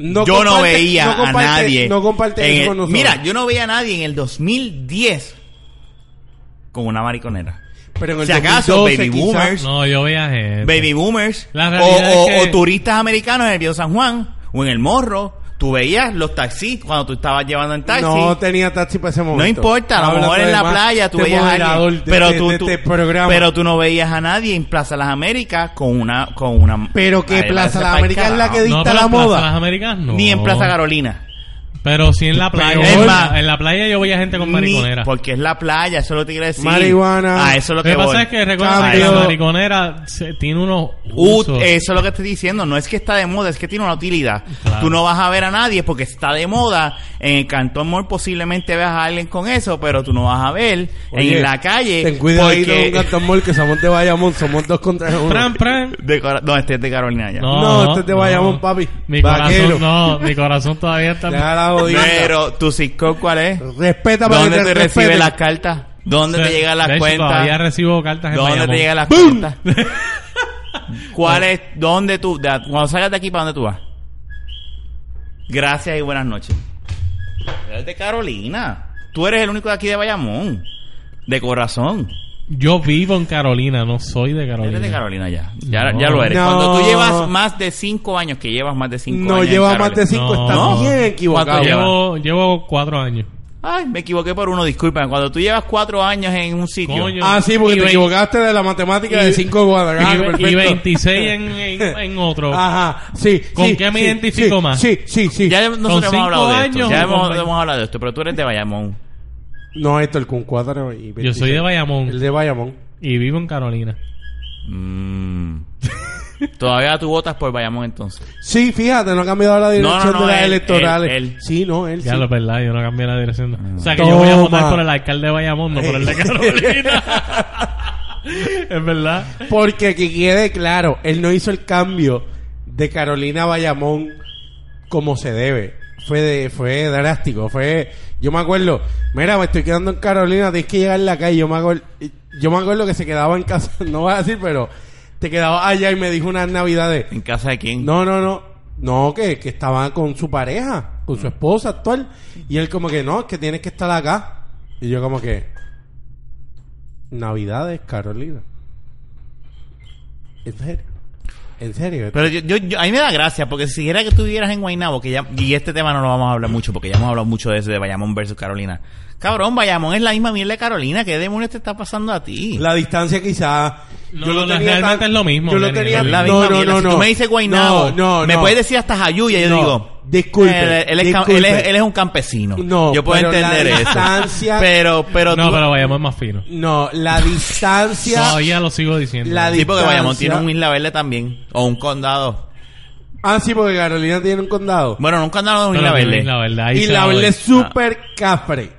C: No
A: yo no
C: comparte-
A: veía
C: no comparte-
A: a nadie.
C: no comparte
A: en
C: eso
A: el-
C: con nosotros.
A: Mira, yo no veía a nadie en el 2010 con una mariconera.
C: Pero en el
A: Si acaso,
C: 2012
A: baby
C: quizá-
A: boomers.
B: No, yo veía gente.
A: Baby boomers
B: La
A: o,
B: realidad
A: o-
B: es que-
A: o turistas americanos en el Viejo San Juan o en el Morro. Tú veías los taxis cuando tú estabas llevando en taxi.
C: No tenía taxi para ese momento.
A: No importa, a lo
C: Habla
A: mejor
C: tú
A: en
C: de
A: la
C: más,
A: playa tú
C: de
A: veías a
C: moderador
A: alguien,
C: de-
A: pero
C: de-
A: tú,
C: de este
A: tú-
C: programa.
A: pero tú no veías a nadie en Plaza Las Américas con una con una
C: Pero que
A: Ay, parece
C: Plaza Las
A: pa'l
C: Américas es la que
A: carajo.
C: dicta
B: pero
C: la
B: en Plaza
C: moda.
B: Las Américas no.
A: ni en Plaza Carolina.
B: Pero sí en la playa.
A: Es más,
B: en la playa yo veía gente con
A: Ni-
B: mariconera.
A: porque es la playa, eso es lo que te quiero decir.
C: Marihuana.
A: Ah, eso es lo
B: Lo
A: que,
B: que pasa
A: voy.
B: es que recuerda que
A: Cambio.
B: la mariconera se- tiene unos
A: U-
B: usos.
A: eso es lo que estoy diciendo, no es que está de moda, es que tiene una utilidad.
B: Claro.
A: Tú no vas a ver a nadie porque está de moda. En el Cantón Mall posiblemente veas a alguien con eso, pero tú no vas a ver
C: Oye,
A: en la calle.
C: Ten cuidado ahí
A: porque-
C: de un cantamol que somos de Bayamón, somos dos contra uno.
B: Fran, Fran.
A: De Cora- no, este es de Carolina ya.
B: No,
C: No, este es de
B: no.
C: Bayamón, papi.
B: Mi
C: Vaquero.
B: corazón, no, mi corazón todavía está.
C: Ya la jodida.
A: Pero, ¿tu Cisco cuál es?
C: Respeta para
A: ¿Dónde
C: que
A: te recibe
C: respeten.
A: las cartas? ¿Dónde te
B: De-
A: llegan
B: de
A: las
B: hecho, Todavía
A: cuentas?
B: recibo cartas en
A: ¿Dónde te
B: Bayamón.
A: llegan las cuentas? ¿Cuál es? ¿Dónde tú? de- cuando salgas de aquí, ¿para dónde tú vas? Gracias y buenas noches. Eres de Carolina. Tú eres el único de aquí de Bayamón. De corazón.
B: Yo vivo en Carolina, no soy de Carolina.
A: Eres de Carolina ya. Ya,
B: No.
A: ya lo eres.
C: No.
A: Cuando tú llevas más de cinco años, que llevas más de cinco
C: No
A: años. en
C: lleva más
A: Carolina.
C: de cinco,
B: No.
C: está bien equivocado.
A: Ah, ¿Cuánto lleva?
B: Llevo, llevo cuatro años.
A: Ay, me equivoqué por uno, disculpen. Cuando tú llevas cuatro años en un sitio.
B: Coño.
C: Ah, sí, porque
B: Y
C: te
B: vein-
C: equivocaste de la matemática
B: y-
C: de 5 cuadrados.
B: Y,
C: Ah,
B: ve- y
C: perfecto.
B: 26 en, en- en otro.
A: Ah,
C: Ajá, sí.
B: ¿Con
C: sí,
B: qué me
C: sí,
B: identifico
C: sí,
B: más?
C: Sí, sí, sí.
A: Ya nosotros hemos
B: cinco
A: hablado de esto.
B: años,
A: Ya
B: o
A: hemos,
B: con-
A: hemos hablado de esto, pero tú eres de Bayamón.
C: No, esto el con cuadro y 26.
B: Yo soy de Bayamón
C: El de Bayamón.
B: y vivo en Carolina.
A: Mm. Todavía tú votas por Bayamón entonces.
C: Sí, fíjate, no ha cambiado la dirección
A: No, no, no,
C: de las
A: él,
C: electorales.
A: él, él.
C: Sí, no, él.
B: Ya
C: sí.
B: lo es verdad, yo no cambié la dirección. O sea que yo voy a
C: Toma.
B: votar por el alcalde de Bayamón, no por el de Carolina. es verdad.
C: Porque que quede claro, él no hizo el cambio de Carolina a Bayamón como se debe. Fue de, fue drástico, fue yo me acuerdo, mira, me estoy quedando en Carolina, tienes que llegar a la calle, yo me acuerdo, yo me acuerdo que se quedaba en casa, no voy a decir, pero te quedaba allá y me dijo unas navidades.
A: ¿En casa de quién?
C: No, no, no. No, que, que estaba con su pareja, con su esposa actual. Y él como que, no, es que tienes que estar acá. Y yo como que... Navidades, Carolina. ¿En serio? ¿En serio?
A: Pero yo, yo, yo- a mí me da gracia, porque si siguiera que estuvieras en Guaynabo, que ya, y este tema no lo vamos a hablar mucho, porque ya hemos hablado mucho de ese de Bayamón versus Carolina. Cabrón, Bayamón es la misma mierda de Carolina, ¿qué demonios te está pasando a ti?
C: La distancia quizá...
B: No, no, realmente es lo mismo,
C: Yo lo
B: Daniel,
C: tenía...
A: Es la
C: no,
A: misma
C: no,
A: mierda.
C: no,
A: si
C: no.
A: tú me dices Guaynabo,
C: No, no,
A: me
C: no.
A: puedes decir hasta Jayuya, yo
C: No,
A: digo...
C: disculpe,
A: Él, él es, cam-
C: disculpe.
A: él es- él es un campesino.
C: No,
A: yo puedo
C: pero la
A: entender eso.
C: distancia-
A: Pero, pero
B: No,
A: tú-
B: pero Bayamón es más fino.
C: No, la distancia...
B: Todavía lo sigo diciendo.
C: La
A: Sí, porque Bayamón
C: distancia-
A: tiene un Isla Verde también. O un condado.
C: Ah, sí, porque Carolina tiene un condado.
A: Bueno, no un condado, no un
B: Pero
A: Isla
B: tiene
A: Verde.
B: Isla Verde, ahí
C: Y
B: se
C: la
B: doy.
C: verdad es súper cafre.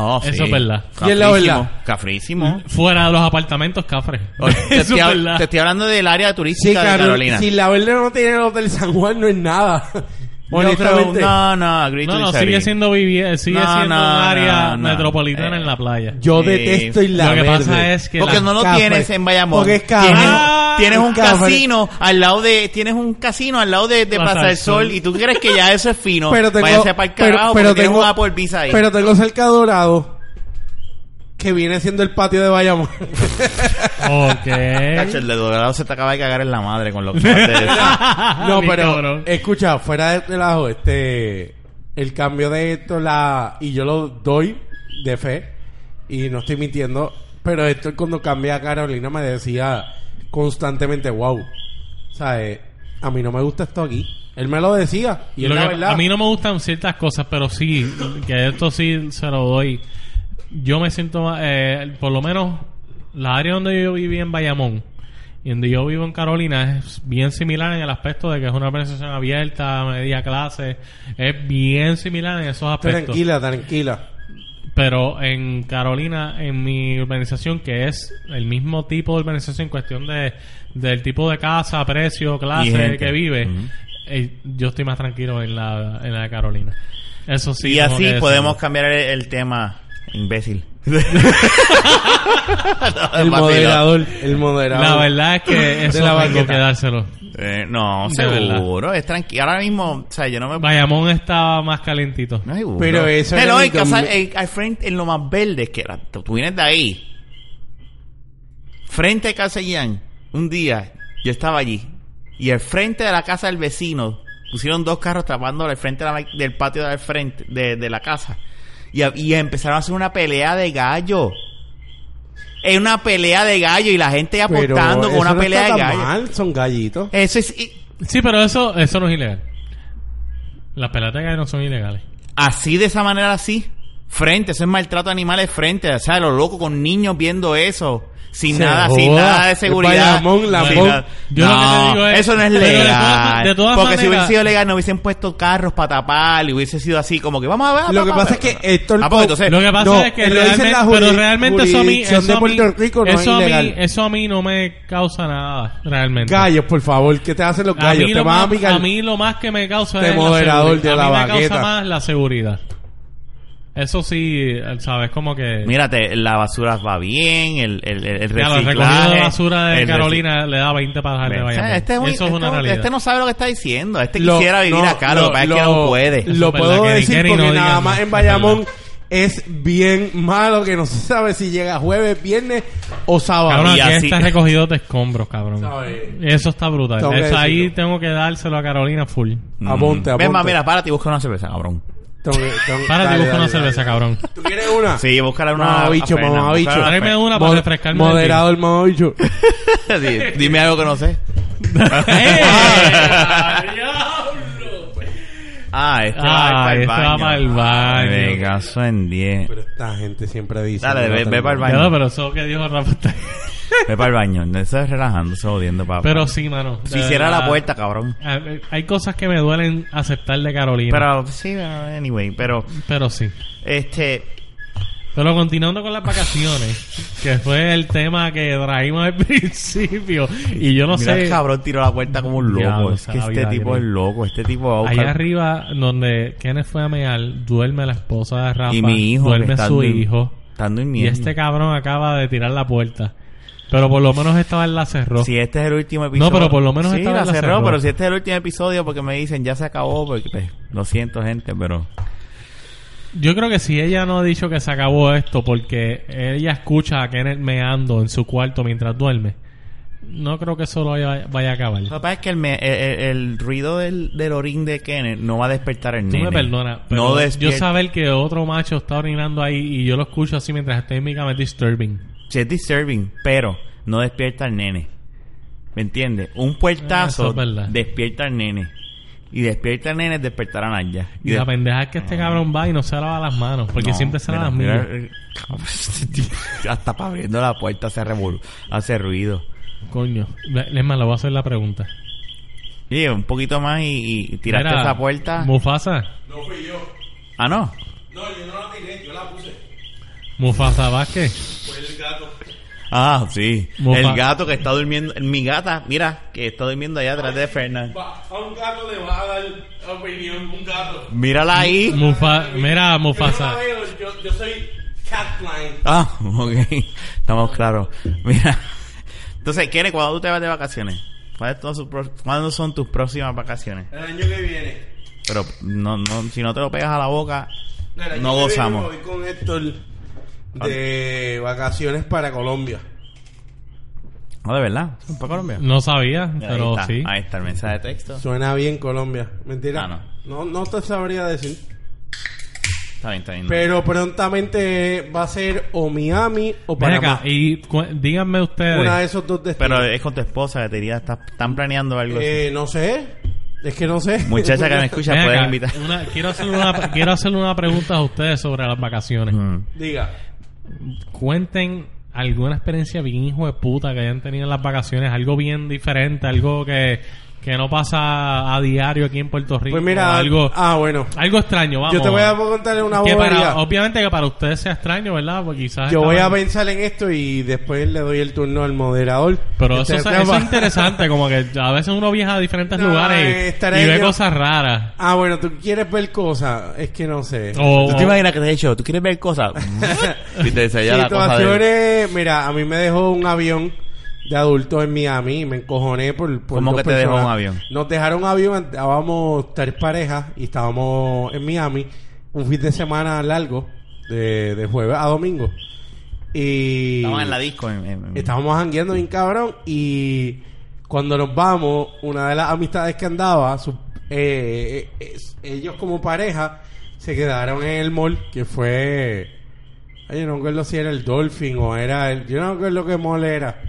A: Oh, sí.
B: Eso es verdad.
A: Cafrísimo,
C: Y es la verdad.
A: Cafrísimo.
B: Fuera de los apartamentos, cafre.
A: Oye, te,
B: Eso
A: estoy,
B: es
A: hab-
B: verdad.
A: te estoy hablando del área
C: Sí,
A: turística de
C: Carol-
A: Carolina.
C: Si la verdad no tiene el Hotel San Juan, no es nada.
A: Yo creo,
C: Honestamente.
A: no, no, agree to
B: No, no,
A: disagree.
B: sigue siendo, vivi- sigue
A: No,
B: siendo
A: no,
B: un área
A: no, no.
B: metropolitana
A: Eh,
B: en la playa.
C: Yo
A: Eh,
C: detesto Isla
B: lo que
C: Verde.
B: pasa es que
A: Porque
B: la-
A: no lo
C: cafre.
A: tienes en Bayamón.
C: Porque es cafre.
A: tienes,
B: Ah,
A: tienes un
C: es cafre.
A: casino al lado de, tienes un casino al lado de, de Plaza del Sol y tú crees que ya eso es fino.
C: Pero tengo,
A: Váyase para el carajo porque tienes un Applebee's ahí.
C: Pero tengo cerca dorado que viene siendo el patio de Bayamón.
A: Cacho,
B: Ok.
A: el de Dorado se te acaba de cagar en la madre con lo que acabas de decir.
C: no,
B: Bien,
C: pero
B: Ah,
C: eh,
B: cabrón.
C: escucha, fuera de relajo, este el cambio de esto la y yo lo doy de fe y no estoy mintiendo, pero esto cuando cambié a Carolina me decía constantemente, "Wow." ¿Sabes? A mí no me gusta esto aquí. Él me lo decía y es
B: Lo
C: la
B: que-
C: verdad.
B: a mí no me gustan ciertas cosas, pero sí, que esto sí se lo doy. Yo me siento, más, eh, por lo menos, la área donde yo viví en Bayamón y donde yo vivo en Carolina es bien similar en el aspecto de que es una organización abierta, media clase, es bien similar en esos aspectos.
C: Tranquila, tranquila.
B: Pero en Carolina, en mi urbanización, que es el mismo tipo de urbanización en cuestión de, del tipo de casa, precio,
A: Y
B: clase
A: gente.
B: que vive,
A: Ujú.
B: eh, yo estoy más tranquilo en la, en la de Carolina. Eso sí.
A: y
B: tengo que
A: así
B: decirlo.
A: podemos cambiar el, el tema, imbécil. No,
C: El
A: vacilo.
C: moderador, el moderador.
B: La verdad es que eso
C: De la
B: tengo
C: banqueta.
B: que dárselo.
A: Eh, no,
B: De
A: seguro. Es tranquilo. Ahora mismo, o sea, yo no me...
B: Bayamón estaba más calentito.
A: No seguro.
C: Pero eso era
A: Pero
C: mi
A: en casa,
C: conven-
A: en- al frente, en lo más verde, que era, tú vienes de ahí. Frente a Casa Guillán, un día, yo estaba allí. Y al frente de la casa del vecino, pusieron dos carros tapándole al frente de la- del patio del frente, de, de la casa. Y, a- y empezaron a hacer una pelea de gallo. Es una pelea de gallo y la gente
C: Pero
A: apostando con
C: eso
A: una
C: no
A: pelea
C: está
A: de
C: tan
A: gallo.
C: mal, son gallitos.
A: Eso es i-
B: Sí, pero eso, eso no es ilegal. Las pelotas no son ilegales.
A: así de esa manera así frente eso es maltrato a animales frente o sea los locos con niños viendo eso sin
C: Se
A: nada sin
C: joda.
A: nada de seguridad
C: Bayamón, la
A: Sin
C: mon-
A: nada.
B: Yo lo
A: No,
B: que te digo es-
A: eso no es
B: Pero de todas
A: legal
B: ma- de todas
A: porque si
B: maneras-
A: hubiese sido legal no hubiesen puesto carros para tapar y hubiese sido así como que vamos a ver
C: Lo que
A: pa,
C: pasa
A: pa,
C: es que
A: pa.
C: Héctor
A: Ah, porque entonces-
B: Lo que pasa
C: No,
B: es que
C: él lo dice en
B: realmente,
C: la
B: pero
C: juri-
B: realmente eso a mí,
C: jurisdicción
B: eso
C: de
B: a mí,
C: Puerto Rico no es
B: eso, a mí
C: ilegal.
B: eso a mí no me causa nada, realmente.
C: Gallos, por favor, ¿qué te hacen los
B: A
C: gallos?
B: mí,
C: Te
B: lo
C: van
B: más,
C: a picar.
B: a mí lo más que me causa
C: Este
B: es
C: moderador
B: la seguridad.
C: de
B: a
C: la
B: mí me
C: baqueta.
B: causa más la seguridad. Eso sí, sabes como que
A: mírate la basura va bien el, el, el, el
B: Ya, la
A: reciclaje
B: recogida de basura de
A: el reci-
B: Carolina le da 20 para dejar de
A: O sea,
B: Bayamón.
A: este, es muy-
B: eso es
A: este-
B: una realidad.
A: este no sabe lo que está diciendo este
C: Lo-
A: quisiera vivir
C: no,
A: acá lo, que pasa es que no puede
B: Eso
C: Lo
B: es
C: puedo
B: verdad, que
C: decir
B: digan y
C: porque
B: no
C: nada
B: digan,
C: más
B: no.
C: en Bayamón es bien malo que no se sabe si llega jueves, viernes o sábado.
B: Cabrón,
A: Y
B: aquí
A: así-
B: está recogido de escombros, cabrón.
C: Ay.
B: Eso está brutal.
C: Tengo que
B: Eso ahí
C: decirlo.
B: tengo que dárselo a Carolina full.
C: Aponte,
A: Ven más,
C: aponte.
A: mira, párate y busca una cerveza, cabrón.
C: Tengo que- tengo-
B: Para,
C: dale,
B: busca una
C: dale,
B: cerveza,
C: dale.
B: cabrón.
C: ¿Tú quieres una?
A: Sí, búscala una.
C: Mamabicho,
A: a Fernan,
C: mamabicho.
A: búscala a
B: Tráeme
A: Fernan.
B: una para refrescarme. el
C: Moderado el mamabicho.
A: Sí, dime algo que no sé.
B: ¡Eh!
A: Ah, este va
B: Ah,
A: para el
B: este va
A: baño.
B: para el baño.
A: Me caso en 10.
C: Pero esta gente siempre dice.
A: Dale,
C: no,
A: ve-
C: no,
A: ve
C: no.
A: para el baño.
B: Ya, no, pero eso que dijo Rafa está-
A: Ve para el baño. Eso es relajando, eso es jodiendo, papá.
B: Pero sí, mano.
A: si
B: de
A: hiciera la
B: verdad.
A: puerta, cabrón.
B: Ah, eh, Hay cosas que me duelen aceptar de Carolina. Pero,
A: Pero sí, anyway. Pero,
B: sí.
A: este.
B: Pero continuando con las vacaciones, que fue el tema que traímos al principio. Y yo no
A: mira,
B: sé.
A: el cabrón tiró la puerta como un loco.
B: Ya, no
A: es que
B: sabía,
A: este tipo
B: creo.
A: es loco. Este tipo va a buscar-
B: Allá arriba, donde Kenneth fue a mear, duerme la esposa de Rafa.
A: Y mi hijo. que
B: Duerme
A: está
B: su
A: dur-
B: hijo.
A: Está
B: Y
A: durmiendo.
B: este cabrón acaba de tirar la puerta. Pero por lo menos esta vez la cerró.
A: Si este es el último episodio.
B: No, pero por lo menos
A: sí,
B: esta
A: la
B: vez la
A: cerró,
B: cerró.
A: Pero si este es el último episodio, porque me dicen ya se acabó. Porque pues, lo siento, gente, pero.
B: Yo creo que si ella no ha dicho que se acabó esto porque ella escucha a Kenneth meando en su cuarto mientras duerme, no creo que eso lo vaya, vaya a acabar.
A: Lo que pasa es que el, me- el- el- el ruido del, del orín de Kenneth no va a despertar el
B: Tú
A: nene.
B: me perdonas, pero
A: No
B: yo
A: despierta.
B: saber que otro macho está orinando ahí y yo lo escucho así mientras estoy en mi cama es disturbing.
A: Sí, es disturbing, pero no despierta al nene. ¿Me entiendes? Un
B: Ah,
A: puertazo
B: eso es verdad.
A: despierta al nene. Y despierta al nene, despertará a Naya.
B: Y la pendeja es que este cabrón va y no se lava las manos porque siempre se lava las mías.
A: Hasta para abriendo la puerta hace, revol- hace ruido.
B: Coño. Ve- Es más, le voy a hacer la pregunta.
A: Y un poquito más y, y tiraste
B: Mira,
A: esa puerta.
B: Mufasa.
C: No fui yo.
A: Ah, no.
C: No, yo no la tiré, yo la puse.
B: Mufasa Vázquez.
C: Fue el gato.
A: Ah, sí.
B: Mofa.
A: El gato que está durmiendo. Mi gata, mira, que está durmiendo allá atrás de Fernán.
C: Va, a un gato le va a dar opinión, un gato.
A: Mírala ahí.
B: Mufa- mira,
C: Yo, no la
B: Mufasa.
C: veo, yo, yo soy Catline.
A: Ah, ok. Estamos claros. Mira. Entonces, ¿quiere cuando tú te vas de vacaciones? ¿Cuáles son, sus pro- cuándo son tus próximas vacaciones?
C: El año que viene.
A: Pero no, no, si no te lo pegas a la boca,
C: El año
A: no
C: que viene
A: gozamos.
C: me Voy con Héctor de vacaciones para Colombia.
A: No, de verdad. ¿Son para Colombia?
B: No sabía,
A: Ahí
B: pero
A: está.
B: sí.
A: Ahí está el mensaje de texto.
C: Suena bien Colombia. Mentira.
A: Ah,
C: no. no, te sabría decir.
A: Está bien, está bien.
C: Pero prontamente va a ser o Miami o
B: Ven
C: Panamá.
B: acá, y cu- díganme ustedes.
C: Una de esos dos destinos.
A: Pero es con tu esposa que te diría, ¿estás- ¿están planeando algo así?
C: Eh, no sé. Es que no sé.
A: Muchacha que me escucha,
B: Ven
A: puedes
B: acá,
A: invitar.
B: una- quiero, hacerle una, quiero hacerle una pregunta a ustedes sobre las vacaciones.
A: Mm.
C: Diga.
B: Cuenten alguna experiencia bien hijo de puta que hayan tenido en las vacaciones, algo bien diferente, algo que, que no pasa a diario aquí en Puerto Rico.
C: Pues mira,
B: algo,
C: ah, bueno.
B: algo extraño, vamos.
C: Yo te voy a contar una
B: que para,
C: bobería.
B: obviamente que para ustedes sea extraño, ¿verdad? Porque quizás
C: Yo voy a
B: estaban-
C: pensar en esto y después le doy el turno al moderador.
B: Pero
C: Este
B: eso, se-
C: tema-
B: eso es interesante, como que a veces uno viaja a diferentes
C: No,
B: lugares y,
C: estaré
B: y ve
C: yo-
B: cosas raras.
C: Ah, bueno, tú quieres ver cosas. Es que no sé.
B: O,
A: ¿Tú te imaginas que te he dicho, tú quieres ver cosas? y te enseña la cosa de-
C: Situaciones. Mira, a mí me dejó un avión de adulto en Miami y me encojoné por. por
A: ¿Cómo
C: dos
A: que te dejó un avión?
C: Nos dejaron un avión, estábamos tres parejas y estábamos en Miami un fin de semana largo, de, de jueves a domingo. Y.
A: Estaban en la disco. en- en- en-
C: Estábamos jangueando bien cabrón y cuando nos vamos, una de las amistades que andaba, su- eh, eh, eh, ellos como pareja se quedaron en el mall que fue... Ay, yo no me acuerdo si era el Dolphin o era el... Yo no me acuerdo qué mall era.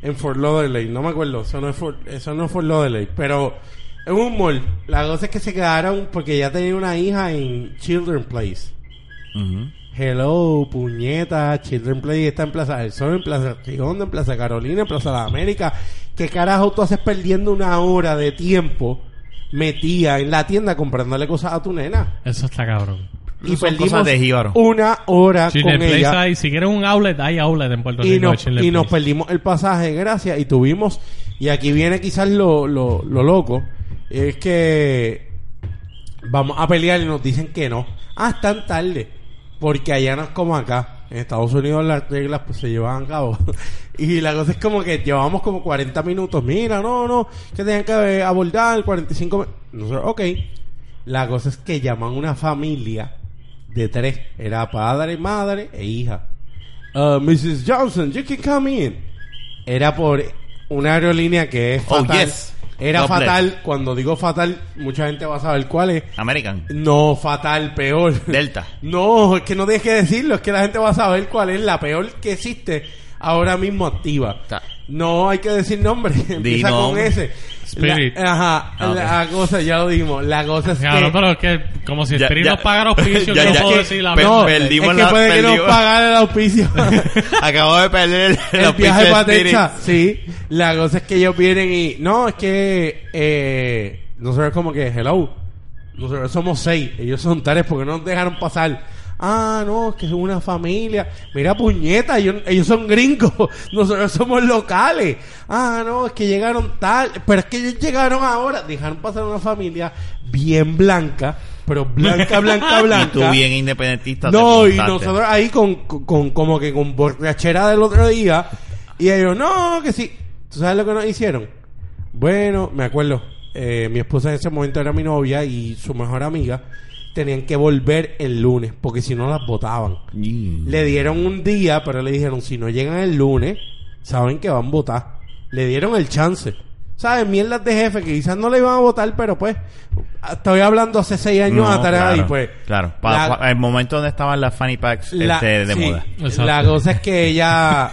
C: En Fort Lauderdale, no me acuerdo. Eso no es Fort, eso no es Fort Lauderdale. Pero en un mall. La cosa es que se quedaron porque ya tenía una hija en Children's Place.
A: Ujú.
C: Hello, puñeta, Children Play está en Plaza del Sol, en Plaza Riondo, en Plaza Carolina, en Plaza de las Américas. ¿Qué carajo tú haces perdiendo una hora de tiempo metida en la tienda comprándole cosas a tu nena?
B: Eso está cabrón.
C: Y
A: Son
C: perdimos
A: cosas de jíbaro.
C: una hora
B: Chile
C: con
B: Place
C: ella
B: hay, si quieres un outlet, hay outlet en Puerto Rico.
C: y,
B: de
C: nos,
B: Chile
C: y nos
B: Place.
C: perdimos el pasaje, gracias, y tuvimos, y aquí viene quizás lo, lo, lo loco, es que vamos a pelear y nos dicen que no, ah, están tarde, porque allá no es como acá, en Estados Unidos las reglas pues se llevan a cabo, y la cosa es como que llevamos como 40 minutos, mira, no, no, que tenían que eh, abordar 45 minutos, nosotros, ok, la cosa es que llaman una familia de tres, era padre, madre e hija. Uh, Mrs. Johnson, you can come in. Era por una aerolínea que es
A: Oh,
C: fatal.
A: yes.
C: Era
A: God bless.
C: fatal. Cuando digo fatal, mucha gente va a saber cuál es.
A: American.
C: No, fatal, peor.
A: Delta.
C: No, es que no tienes que decirlo, es que la gente va a saber cuál es la peor que existe ahora mismo activa.
A: Ta-
C: No hay que decir nombre, empieza con
A: nombre.
C: ese.
B: Spirit.
C: La- ajá,
A: Ah, ok.
C: la cosa, ya lo dimos, la cosa es
B: Cabrón,
C: que...
B: pero es que como si
A: Ya,
B: Spirit
A: ya.
B: nos pagara auspicio,
A: Ya, ya,
B: yo no puedo
A: que-
B: decir la
A: pero-
B: verdad.
C: No,
A: Perdimos
C: es que
A: la-
C: puede que
A: perdimos-
C: nos pagara el auspicio.
A: Acabo de perder
C: el
A: los
C: viaje
A: pinches
C: para
A: Spirit.
C: Texas, sí. La cosa es que ellos vienen y... No, es que... Eh, nosotros como que, hello. Nosotros somos seis, ellos son tres porque no nos dejaron pasar. Ah, no, es que son una familia. Mira, puñeta, ellos, ellos son gringos. Nosotros somos locales. Ah, no, es que llegaron tal. Pero es que ellos llegaron ahora. Dejaron pasar una familia bien blanca. Pero blanca, blanca,
A: Y
C: blanca.
A: tú bien independentista. te
C: No, y
A: montaste.
C: nosotros ahí con, con como que con borrachera del otro día. Y ellos, no, que sí. ¿Tú sabes lo que nos hicieron? Bueno, me acuerdo. eh, mi esposa en ese momento era mi novia y su mejor amiga. Tenían que volver el lunes porque si no las votaban.
A: Mm.
C: Le dieron un día, pero le dijeron, si no llegan el lunes, saben que van a votar. Le dieron el chance. ¿Sabes? Mierdas de jefe que quizás no le iban a votar, pero pues, estoy hablando hace seis años
A: No,
C: atrás
A: claro,
C: y pues...
A: Claro, para
C: la-
A: el momento donde estaban las fanny packs
C: la,
A: este, de
C: sí,
A: moda.
B: Exacto.
C: La cosa es que ella.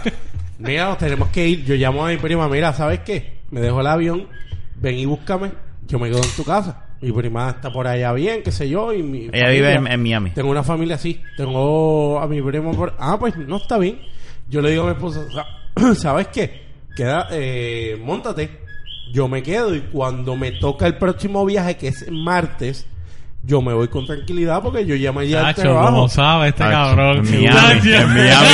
C: mira, nos tenemos que ir. Yo llamo a mi prima, mira, ¿sabes qué? Me dejo el avión, ven y búscame. Yo me quedo en tu casa. Mi prima está por allá bien, qué sé yo. Y mi
A: Ella vive en- en Miami.
C: Tengo una familia así. Tengo a mi primo por. Ah, pues no está bien. Yo le digo a mi esposa, "Sa- ¿sabes qué? Queda, eh, montate. Yo me quedo y cuando me toca el próximo viaje, que es martes, yo me voy con tranquilidad porque yo ya me llevo al
B: Tacho,
C: trabajo.
B: como sabe este
A: Tacho,
B: cabrón.
A: En Miami,
B: Tacho.
A: en Miami,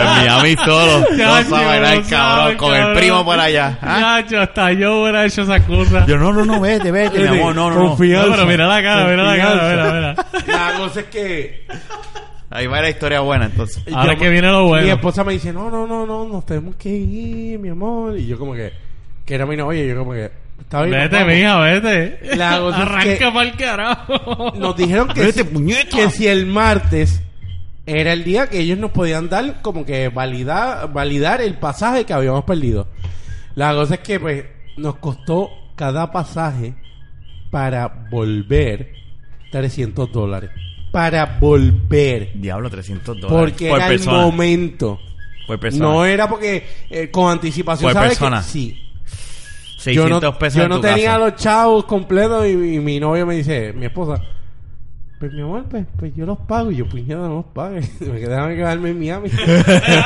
A: en Miami solo. No
B: Tacho,
A: sabe nada el cabrón,
B: como sabe,
A: con el
B: cabrón.
A: primo por allá. ¿ah?
B: Tacho, hasta yo hubiera hecho esa cosa.
A: Yo, no, no, no, vete, vete, mi amor, no, no, no.
C: Confianza.
B: No, pero mira la cara, mira la cara, mira, mira.
C: La cosa es que.
A: Ahí va la historia buena, entonces.
B: Ahora
C: yo-
B: que viene lo
C: Mi
B: bueno.
C: esposa me dice: No, no, no, no, nos tenemos que ir, mi amor. Y yo, como que. Que era mi novia, y yo, como que. Está bien.
B: Vete,
C: nos vamos".
B: mija, vete.
C: La cosa es
B: Arranca
C: que-
B: pa'l carajo.
C: Nos dijeron que.
A: Vete,
C: si-
A: puñeta.
C: Que si el martes era el día que ellos nos podían dar, como que validar, validar el pasaje que habíamos perdido. La cosa es que, pues, nos costó cada pasaje para volver 300 dólares. Para volver.
A: Diablo, 300 dólares.
C: Porque era el momento.
A: por persona.
C: No era porque eh, con anticipación,
A: Por
C: ¿sabes
A: persona.
C: qué? Sí.
A: 600
C: yo no,
A: pesos
C: yo
A: en
C: no
A: tu
C: tenía
A: casa.
C: los chavos completos y, y mi novia me dice, mi esposa, pues mi amor, pues, pues yo los pago. Y yo, puñada, no los pague. me quedaba quedarme en Miami.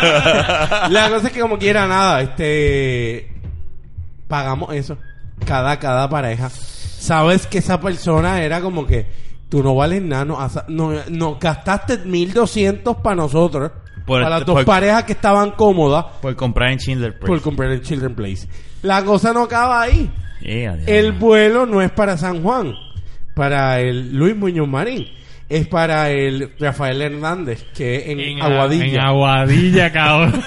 C: La cosa es que como quiera nada, este... Pagamos eso. Cada, cada pareja. Sabes que esa persona era como que... Tú no vales nada, no, has- no, no gastaste 1200 para nosotros.
A: Por-
C: para las dos
A: por-
C: parejas que estaban cómodas
A: Por comprar en Schindler pues.
C: por
A: Price.
C: comprar el Children Place. La cosa no acaba ahí.
A: Yeah, diablo.
C: El vuelo no es para San Juan, para el Luis Muñoz Marín, es para el Rafael Hernández, que es en,
B: En
C: Aguadilla.
B: Aguadilla, cabrón.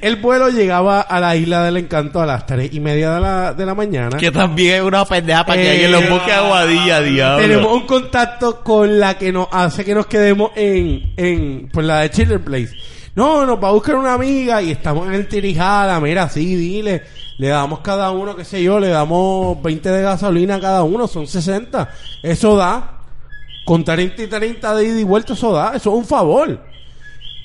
C: el vuelo llegaba a la Isla del Encanto a las tres y media de la, de la mañana.
A: Que también es una pendeja para que
C: Eh,
A: alguien los busque aguadilla, diablo.
C: Tenemos un contacto con la que nos hace que nos quedemos en, en por la de Children Place. No, nos va a buscar una amiga y estamos en el tirijada, mira, sí, dile. Le damos cada uno, qué sé yo, le damos 20 de gasolina a cada uno, son 60. Eso da. Con 30 y 30 de ida y vuelta, eso da. Eso es un favor.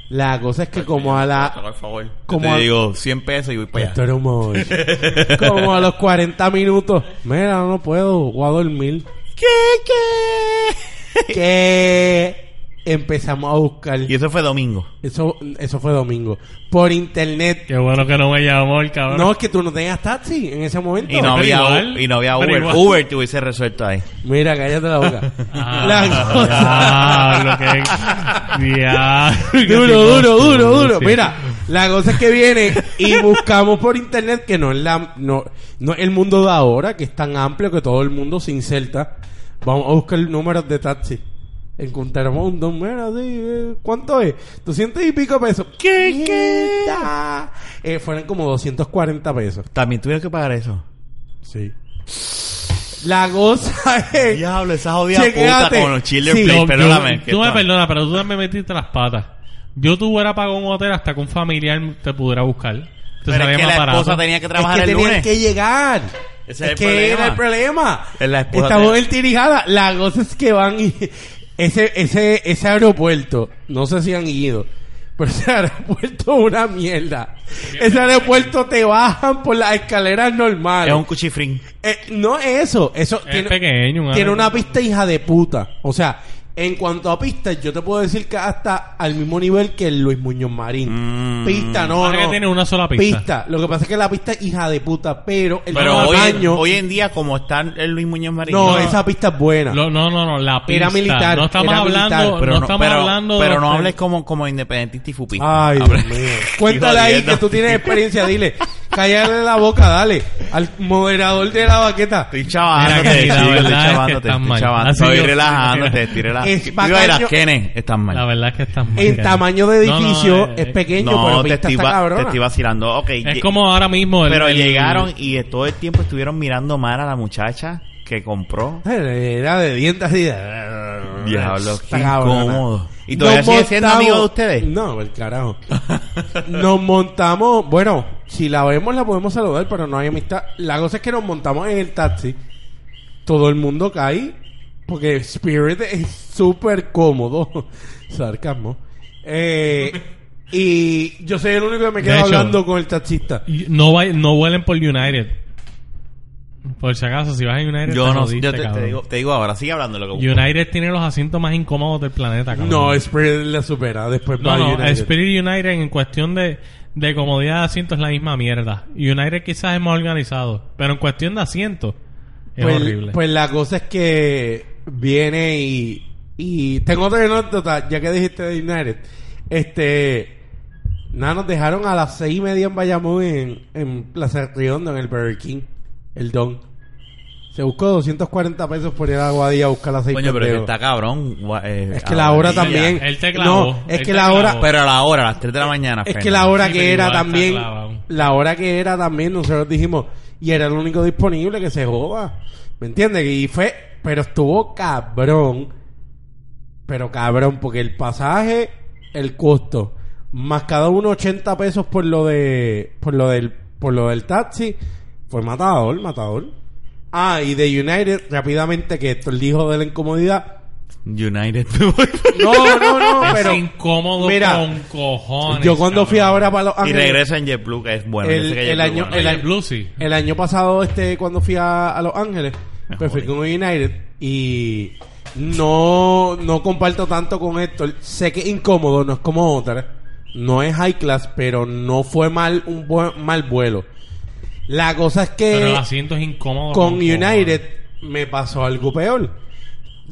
C: La cosa es que como a la...
A: Por favor. Yo
C: como
A: te
C: a-
A: digo 100 pesos y voy para
C: Pues Esto
A: allá.
C: era un mocho. Como a los 40 minutos. Mira, no puedo, voy a dormir.
A: ¿Qué, qué?
C: que empezamos a buscar.
A: Y eso fue domingo.
C: Eso, eso fue domingo. Por internet.
B: Qué bueno que no me llamó el cabrón.
C: No, es que tú no tenías taxi en ese momento.
A: Y no,
B: pero
A: había,
B: igual,
A: y no había
B: pero
A: Uber.
B: igual.
A: Uber te hubiese resuelto ahí.
C: Mira, cállate la boca.
B: Ah,
C: la
B: Diablo,
C: cosa.
B: que... Diablo,
C: duro,
B: qué
C: duro,
B: cosa,
C: duro, duro.
B: sí.
C: Mira, la cosa es que viene y buscamos por internet que no es la, no, no es el mundo de ahora, que es tan amplio que todo el mundo se inserta. Vamos a buscar números de taxi. Encontramos un don, mira, sí, eh, ¿cuánto es? 200 y pico pesos. ¿Qué? ¿Qué? Eh, fueron como 240 pesos.
A: También tuvieron que pagar eso.
C: Sí. La cosa es...
A: Diablo, esa jodida
C: Checate.
A: puta con los Children
C: Eh, Sí.
A: Place.
B: No,
A: Perdóname.
B: yo-
A: que
B: tú me
A: esto-
B: perdonas, pero tú también metiste las patas. Yo te hubiera pagado un hotel hasta que un familiar te pudiera buscar. Te
A: Pero
B: salía
A: es que
B: más
A: la
B: barato.
A: esposa tenía que trabajar
C: es que
A: el
C: tenían
A: lunes.
C: que llegar.
A: Ese es
C: es
A: el
C: que
A: problema.
C: era el problema.
A: Es la esposa
C: Esta
A: de-
C: mujer tirijada. La cosa es que van y... Ese, ese, ese aeropuerto, no sé si han ido, pero ese aeropuerto es una mierda. Ese aeropuerto te bajan por las escaleras normales.
A: Es un cuchifrín.
C: Eh, no es eso, eso
B: Es pequeño, un
C: tiene
B: árbol.
C: una pista hija de puta. O sea, en cuanto a pistas, yo te puedo decir que hasta al mismo nivel que el Luis Muñoz Marín.
A: Mm.
C: Pista, no,
B: Pasa
C: no.
B: que tiene una sola pista.
C: Lo que pasa es que la pista es hija de puta, pero el
A: Pero hoy,
C: tamaño-
A: hoy en día, como está el Luis Muñoz Marín...
C: no,
B: no.
C: esa pista es buena.
B: Lo- no, no, no, la pista.
C: Era militar,
B: No estamos
C: era
B: hablando,
C: militar,
A: pero
B: no
A: no,
B: estamos
A: pero,
B: hablando de
A: pero
B: los
A: no
B: tem-
A: hables como, como independentista y fupista.
C: Ay,
A: Habla-
C: Dios mío. Cuéntale
A: Ah, Hijo de
C: ahí
A: dieta.
C: que tú tienes experiencia, dile. Cállale la boca, dale. Al moderador de la baqueta.
A: Estoy
B: Mira
A: chavándote,
B: que la
A: chico, estoy
B: verdad es que
A: chavándote,
B: estás mal.
A: estoy chavándote.
B: Así
A: Estoy
B: yo-
A: relajándote, estoy relajándote.
C: Es
A: Iba a ir
C: bacaño-
A: a Kenneth, estás mal.
B: La verdad es que están mal.
C: El tamaño de
B: No, no,
C: edificio
B: eh,
C: es
B: eh,
C: pequeño,
A: no,
C: pero
A: te
C: pista
A: estoy,
C: está
A: va- te
C: cabrona.
A: estoy vacilando. Ok,
B: Es
A: ye-
B: como ahora mismo. el-
A: pero
B: el-
A: llegaron y eh, todo el tiempo estuvieron mirando mal a la muchacha que compró.
C: eh, Era de dientes así eh, de...
A: Diablo, qué
C: Está cabrona.
A: incómodo. ¿Y todavía sigue siendo
C: montamos-
A: amigo de ustedes?
C: No, el carajo. nos montamos... Bueno, si la vemos la podemos saludar, pero no hay amistad. La cosa es que nos montamos en el taxi. Todo el mundo cae porque Spirit es súper cómodo. Sarcasmo. Eh, y yo soy el único que me
B: De
C: quedo
B: hecho-
C: hablando con el taxista.
B: y No, vai- no vuelen por United. Por si acaso, si vas a United,
A: Yo
B: te
A: no
B: jodiste,
A: yo te, te
B: cabrón.
A: digo, te digo ahora, sigue hablando lo que busco.
B: United tiene los asientos más incómodos del planeta, cabrón.
C: No, Spirit la supera. Después
B: No,
C: va
B: no,
C: United.
B: Spirit United en cuestión de, de comodidad de asientos es la misma mierda. United quizás es más organizado, pero en cuestión de asientos es
C: pues,
B: horrible.
C: pues la cosa es que viene y, y tengo otra anécdota, ya que dijiste de United. Este, nada, nos dejaron a las seis y media en Bayamón, en, en Plaza Riondo, en el Burger King, el Don. Se buscó 240 pesos por ir a Guadilla a buscar las seis
A: Coño, pero es que
C: pendejo.
A: está cabrón. gua- eh,
C: Es que la hora
A: amarilla.
C: también.
B: Él te clavó,
C: No, es
B: él
C: que
B: te
C: la hora.
B: clavó.
A: Pero a la hora, a las 3 de la mañana.
C: Es que
A: Fernan.
C: la hora
B: Sí,
C: que
B: pero
C: era
B: igual está
C: también,
B: clavado.
C: la hora que era también, nosotros dijimos, y era el único disponible que se joda. ¿Me entiendes? Y fue, pero estuvo cabrón. Pero cabrón, porque el pasaje, el costo, más cada uno 80 pesos por lo de, por lo del, por lo del taxi, fue matador, matador. Ah, y de United, rápidamente, que esto, el hijo de la incomodidad.
A: United.
C: No, no, no,
B: es
C: pero.
B: incómodo
C: mira,
B: con cojones.
C: Yo cuando fui
B: cabrón.
C: ahora para Los
A: y
C: Ángeles-
A: regresa en JetBlue, que es bueno.
C: El-
A: Yo sé que
C: el
A: JetBlue
C: año-
A: es bueno.
C: el
B: Oye,
C: año-
B: Blue sí.
C: El año pasado, este, cuando fui a, a Los Ángeles,
A: Me
C: pues fui
A: jodí.
C: con United y no, no comparto tanto con esto. Sé que es incómodo, no es como otra. No es high class, pero no fue mal un buen, mal vuelo. La cosa es
B: Pero el
C: que
B: asiento es incómodo.
C: con
B: cojones.
C: United me pasó algo peor.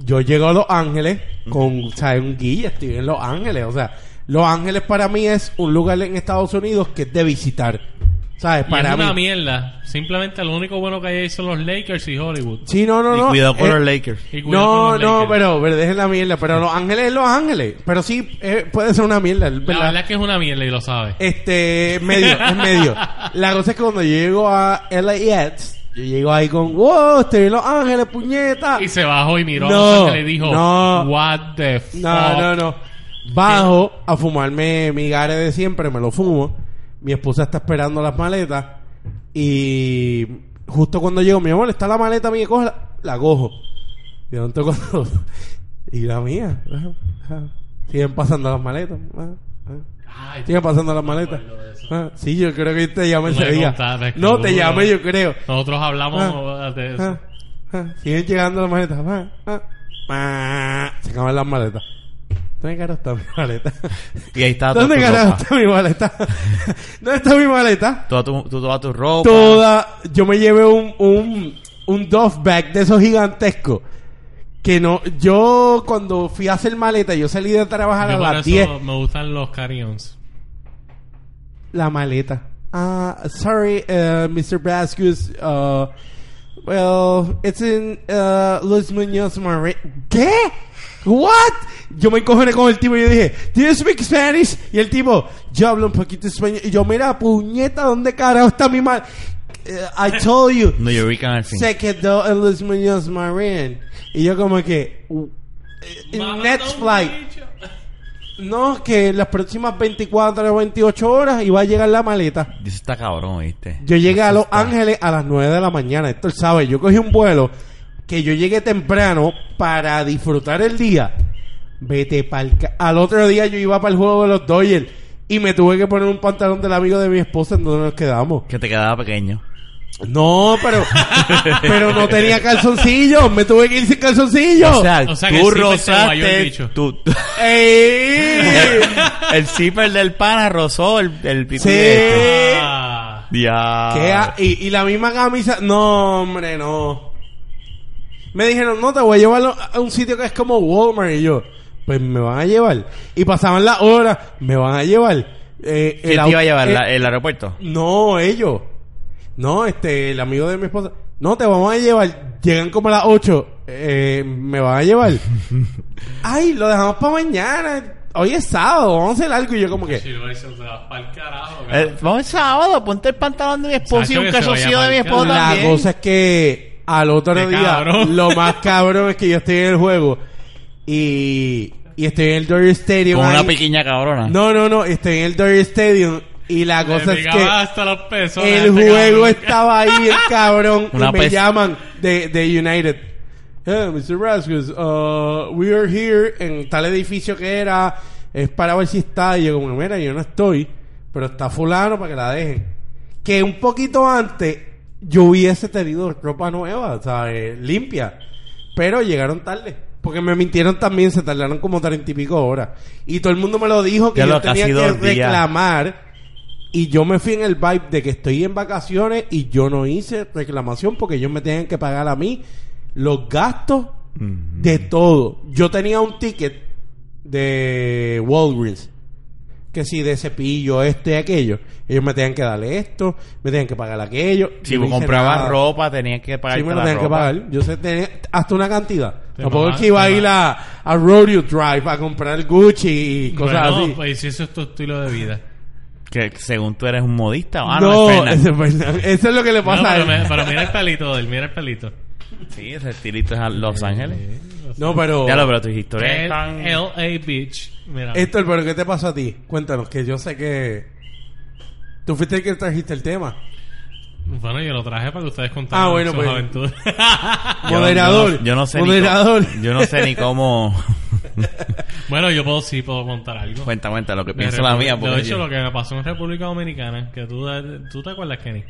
C: Yo llego a Los Ángeles con, o sea, un guía, estoy en Los Ángeles, o sea, Los Ángeles para mí es un lugar en Estados Unidos que es de visitar. ¿Sabes?
B: Y
C: Para
B: es una
C: mí.
B: mierda. Simplemente lo único bueno que hay ahí son los Lakers y Hollywood.
C: Sí, no, no,
A: Y
C: no.
A: cuidado con
C: Eh,
A: los Lakers.
B: Y cuidado
C: No,
B: con los
C: no,
B: Lakers.
C: pero, pero dejen la mierda. Pero Los Ángeles es Los Ángeles. Pero sí, eh, puede ser una mierda, ¿verdad?
B: La verdad es que es una mierda y lo sabes.
C: Este, es medio, es medio. La cosa es que cuando yo llego a LAX, yo llego ahí con, wow, estoy en Los Ángeles, puñeta.
B: Y se bajó y miró
C: ah, No,
B: a Los Ángeles y dijo,
C: no.
B: what the fuck.
C: No, no, no. Bajo a fumarme mi gare de siempre, me lo fumo. Mi esposa está esperando las maletas. Y justo cuando llego, mi amor, está la maleta mía, coge la cojo. Y de pronto cuando. Y la mía. ajá, ajá. Siguen pasando las maletas. ajá, ajá.
B: Ay,
C: Siguen pasando las maletas.
B: acuerdo de eso.
C: Ah, sí, yo creo que te llamé
B: Tú
C: ese
B: me
C: día.
B: contaste,
C: No, te
B: seguro.
C: llamé, yo creo.
B: Nosotros hablamos
C: Ah,
B: de eso.
C: Ah, ah, Siguen llegando las maletas. Ah, ah, ah. Se acaban las maletas. ¿Dónde carajo está mi maleta?
A: Y ahí está
C: ¿Dónde
A: tu
C: carajo
A: ropa.
C: está mi maleta? ¿Dónde está mi maleta?
A: Toda tu, tu- toda tu ropa.
C: Toda. Yo me llevé un, un, un duff bag de esos gigantescos. Que no. Yo, cuando fui a hacer maleta, yo salí de trabajar
B: Yo
C: ah, a
B: por
C: las
B: eso
C: 10.
B: me gustan los carry-ons.
C: La maleta. Ah, sorry, uh, Mr. Vasquez. Uh, well, it's in uh, Luis Muñoz Mare- ¿Qué? What? Yo me encojoné con el tipo y yo dije, ¿Do you speak Spanish? Y el tipo, yo hablo un poquito español. Y yo, mira, puñeta, ¿dónde carajo está mi mal? Eh, I told you.
A: No, yo ubican al fin.
C: Se quedó en Luis Muñoz Marin. Y yo como que... uh, eh,
B: Mamá,
C: Next
B: no,
C: flight.
B: bicho.
C: No, es que las próximas 24 o 28 horas iba a llegar la maleta.
D: Dice, está cabrón, ¿viste?
C: Yo llegué a Los Ángeles a las 9 de la mañana. Esto él sabe. Yo cogí un vuelo que yo llegué temprano para disfrutar el día. Vete pa'l... ca- Al otro día yo iba para el juego de los Dodgers y me tuve que poner un pantalón del amigo de mi esposa en donde nos quedamos.
D: Que te quedaba pequeño.
C: No, pero... pero no tenía calzoncillos. Me tuve que ir sin calzoncillos.
D: O sea,
B: O sea que
D: tú
B: sí me enguayó el
D: rozaste...
B: bicho.
D: tú- tú-
C: ¡Ey!
D: el zipper del pana rozó el, el pipí
C: Sí.
D: de este.
B: Ah.
C: ¿Qué
D: Ya.
C: ha- y, y la misma camisa. No, hombre, no. Me dijeron, no, te voy a llevar a- a un sitio que es como Walmart. Y yo, pues me van a llevar. Y pasaban las horas, me van a llevar. Eh,
D: ¿Quién
C: au-
D: te iba a llevar?
C: eh,
D: ¿La- ¿El aeropuerto?
C: No, ellos. No, este, el amigo de mi esposa. No, te vamos a llevar. Llegan como a las 8. Eh, me van a llevar. Ay, lo dejamos para mañana. Hoy es sábado, vamos a hacer algo. Y yo, como que.
B: Sí, lo hice, te vas pa'l carajo, cabrón.
D: Eh, vamos el sábado, ponte el pantalón de mi esposa y
B: Sacho,
D: un
B: que se
D: calzoncillo
B: vaya
D: de mi esposa
B: marcando. Yo
C: La
D: también.
C: cosa es que al otro
B: Qué
C: día,
B: cabrón.
C: lo más cabrón es que yo estoy en el juego y, y estoy en el Dodger Stadium.
D: Con una
C: ahí.
D: piquiña cabrona.
C: No, no, no, estoy en el Dodger Stadium y la
B: Le
C: cosa es
B: pegaba
C: que
B: hasta los pesos.
C: el juego estaba ahí, el cabrón.
D: este Una
C: y me
D: pes-
C: llaman de, de United. Eh, Mr. Raskus, uh, we are here en tal edificio que era. Es para ver si está. Y yo, como, mira, yo no estoy. Pero está fulano para que la dejen. Que un poquito antes yo hubiese tenido ropa nueva, ¿sabes? Limpia. Pero llegaron tarde. Porque me mintieron también, se tardaron como treinta y pico horas. Y todo el mundo me lo dijo que
D: Ya
C: yo
D: lo que ha
C: tenía
D: sido
C: que
D: el día.
C: reclamar. Y yo me fui en el vibe de que estoy en vacaciones y yo no hice reclamación porque ellos me tenían que pagar a mí los gastos
D: Mm.
C: de todo. Yo tenía un ticket de Walgreens. Que si de cepillo, esto y aquello. Ellos me tenían que darle esto, me tenían que pagar aquello.
D: Si
C: Yo no hice
D: comprabas
C: nada.
D: ropa, tenías que pagar
C: Sí, me lo tenían que pagar. Yo sé, tenía hasta una cantidad.
B: Te
C: Tampoco es
B: mamaste,
C: que iba a
B: ma.
C: ir a, a Rodeo Drive a comprar Gucci y cosas
B: Bueno,
C: así.
B: pues si eso es tu estilo de vida.
D: Que según tú eres un modista. Ah, no,
C: no,
D: es Fernan.
C: ese es Fernan. Eso es lo que le
B: No,
C: pasa a
B: pero,
C: él.
B: me- pero mira el pelito de él, mira el pelito.
D: Sí, ese estilito es a
C: Eh,
D: Los Ángeles.
C: No, pero...
D: Ya lo, pero tus historias
B: El-
D: están...
B: LA Beach. Mira.
C: Héctor, pero ¿qué te pasó a ti? Cuéntanos, que yo sé que... Tú fuiste el que trajiste el tema.
B: Bueno, yo lo traje para que ustedes contaran
C: Ah, bueno,
B: sus
C: pues.
B: aventuras.
D: Yo-
C: moderador.
D: Yo, no- yo no sé
C: Moderador.
D: ni cómo... Yo no sé ni cómo...
B: bueno, yo puedo sí puedo contar
C: Pues
B: algo.
D: cuenta, cuenta lo que
B: De
D: piensa la
B: Repu-
D: mía.
B: De
D: Porque
B: hecho,
D: yo-
B: lo que me pasó en República Dominicana, que tú, tú te acuerdas, Kenny.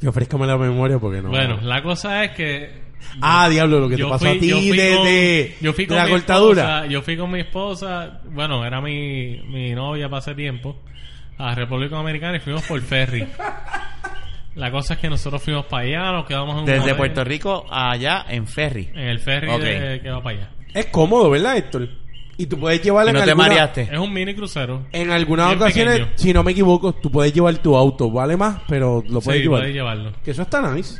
C: Que ofrezcame la memoria porque no...
B: Bueno, la cosa es que
C: Ah, diablo, lo que te
B: yo
C: pasó
B: fui,
C: a ti
B: yo fui
C: de,
B: con-
C: de-
B: yo fui
C: de
B: con
C: la
B: mi
C: cortadura.
B: esposa, yo fui con mi esposa, bueno, era mi, mi novia para ese tiempo, a República Dominicana y fuimos por ferry. La cosa es que nosotros fuimos para allá, nos quedamos en un
D: Desde
B: hotel,
D: Puerto Rico allá en ferry.
B: En el ferry
D: Ok.
B: de- que va para allá.
C: Es cómodo, ¿verdad, Héctor? Y tú puedes llevarla
D: Y no
C: en
D: te
C: alguna-
D: mareaste.
B: Es un mini crucero.
C: En algunas
B: Bien
C: ocasiones,
B: pequeño.
C: si no me equivoco, tú puedes llevar tu auto, vale más, pero lo puedes
B: sí,
C: llevar.
B: puedes llevarlo.
C: Que eso está nice.